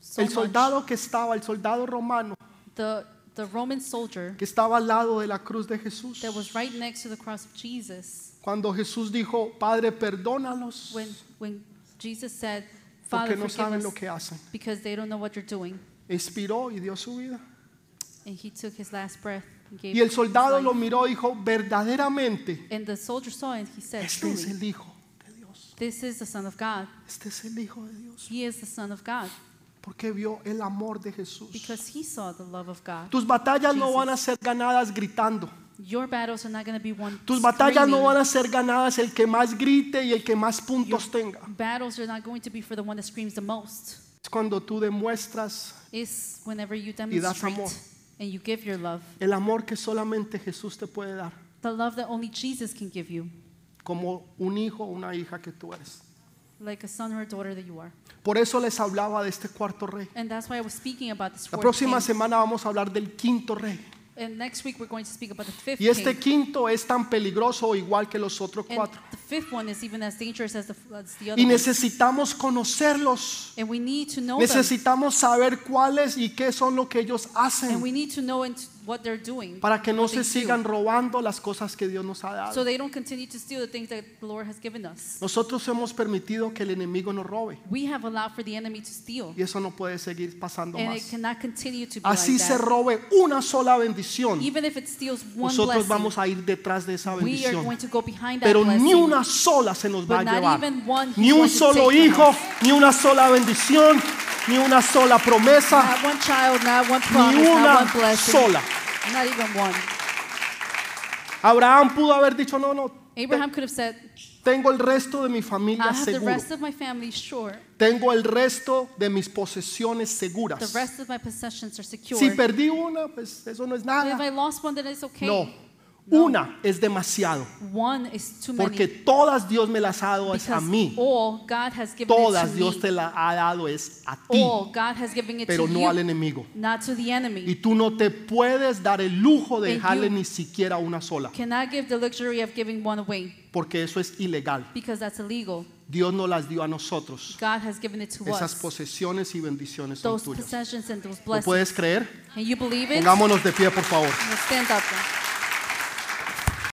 So
el
much.
soldado que estaba, el soldado romano,
the, the Roman soldier
que estaba al lado de la cruz de Jesús.
that was right next to the cross of Jesus,
Cuando Jesús dijo, Padre, perdónalos
when, when Jesus said,
porque
Father,
no
forgive
saben
us
lo que hacen.
because they don't know what you're doing.
Expiró y dio su vida.
And he took his last breath and gave
Y el
his
soldado
life.
lo miró y dijo, verdaderamente,
And the soldier saw it and he said,
este es
Truly,
el Hijo de Dios.
this is the Son of God.
Este es el Hijo de Dios.
He is the Son of God
Porque vio el amor de Jesús.
because he saw the love of God.
Tus batallas no van a ser ganadas gritando.
Your battles are not going to be won.
Tus batallas no
screaming.
van a ser ganadas el que más grite y el que más puntos tenga.
battles are not going to be for the one that screams the most.
Es cuando tú demuestras
It's whenever you
das
demonstrate
amor.
and you give your love,
el amor que solamente Jesús te puede dar
the love that only Jesus can give you,
como un hijo o una hija que tú eres.
like a son or a daughter that you are.
Por eso les hablaba de este cuarto rey.
And that's why I was speaking about this.
La
fourth
próxima
king.
semana vamos a hablar del quinto rey.
And next week we're going to speak about the fifth
Y este
king.
quinto es tan peligroso o igual que los otros
And
cuatro.
the fifth one is even as dangerous as the, as the other
Y
one.
necesitamos conocerlos.
And we need to know them.
Necesitamos saber cuáles y qué son lo que ellos
And
hacen
we need to know and what they're doing.
para que no
what they
se sigan robando las cosas que Dios nos ha
do, So
dado.
they don't continue to steal the things that the Lord has given us.
Nosotros hemos permitido que el enemigo nos robe
We have allowed for the enemy to steal.
y eso no puede seguir pasando
And it
más.
cannot continue to be
Así
like
se
that.
robe una sola bendición,
Even if it steals one
nosotros
blessing,
vamos a ir detrás de esa
we are
bendición.
going to go behind that
pero
blessing.
ni una sola se nos va a
But not
llevar.
even one he's
Ni un
going to
solo
take from
hijo,
us.
ni una sola bendición, ni una sola promesa,
Not one child, not one promise,
ni
not
una
one blessing.
sola.
Not even one.
Abraham pudo haber dicho, no, no,
Abraham could have said,
tengo el resto de mi
I
familia
have the
seguro.
rest of my family sure.
Tengo el resto de mis posesiones
The
seguras.
rest of my possessions are secure.
Si perdí una, pues eso no es
if I
nada.
lost one, then it's okay.
No,
No.
una es demasiado,
One is too many.
porque todas Dios me las ha dado es a
because
mí.
all God has given it
Todas
to
Dios
me. Oh,
te las ha dado es a ti,
All God has given it
pero
to
no
you,
al enemigo.
not to the enemy.
Y tú no te puedes dar el lujo de
And
dejarle
you-
ni siquiera una sola,
Cannot give the luxury of giving one away
porque eso es ilegal.
because that's illegal.
Dios no las dio a nosotros.
God has given it to
Esas
us.
posesiones y bendiciones son
Those
tuyas.
possessions and those
¿Lo
blessings.
puedes creer?
And you believe it?
Pongámonos de pie, por favor.
Stand up.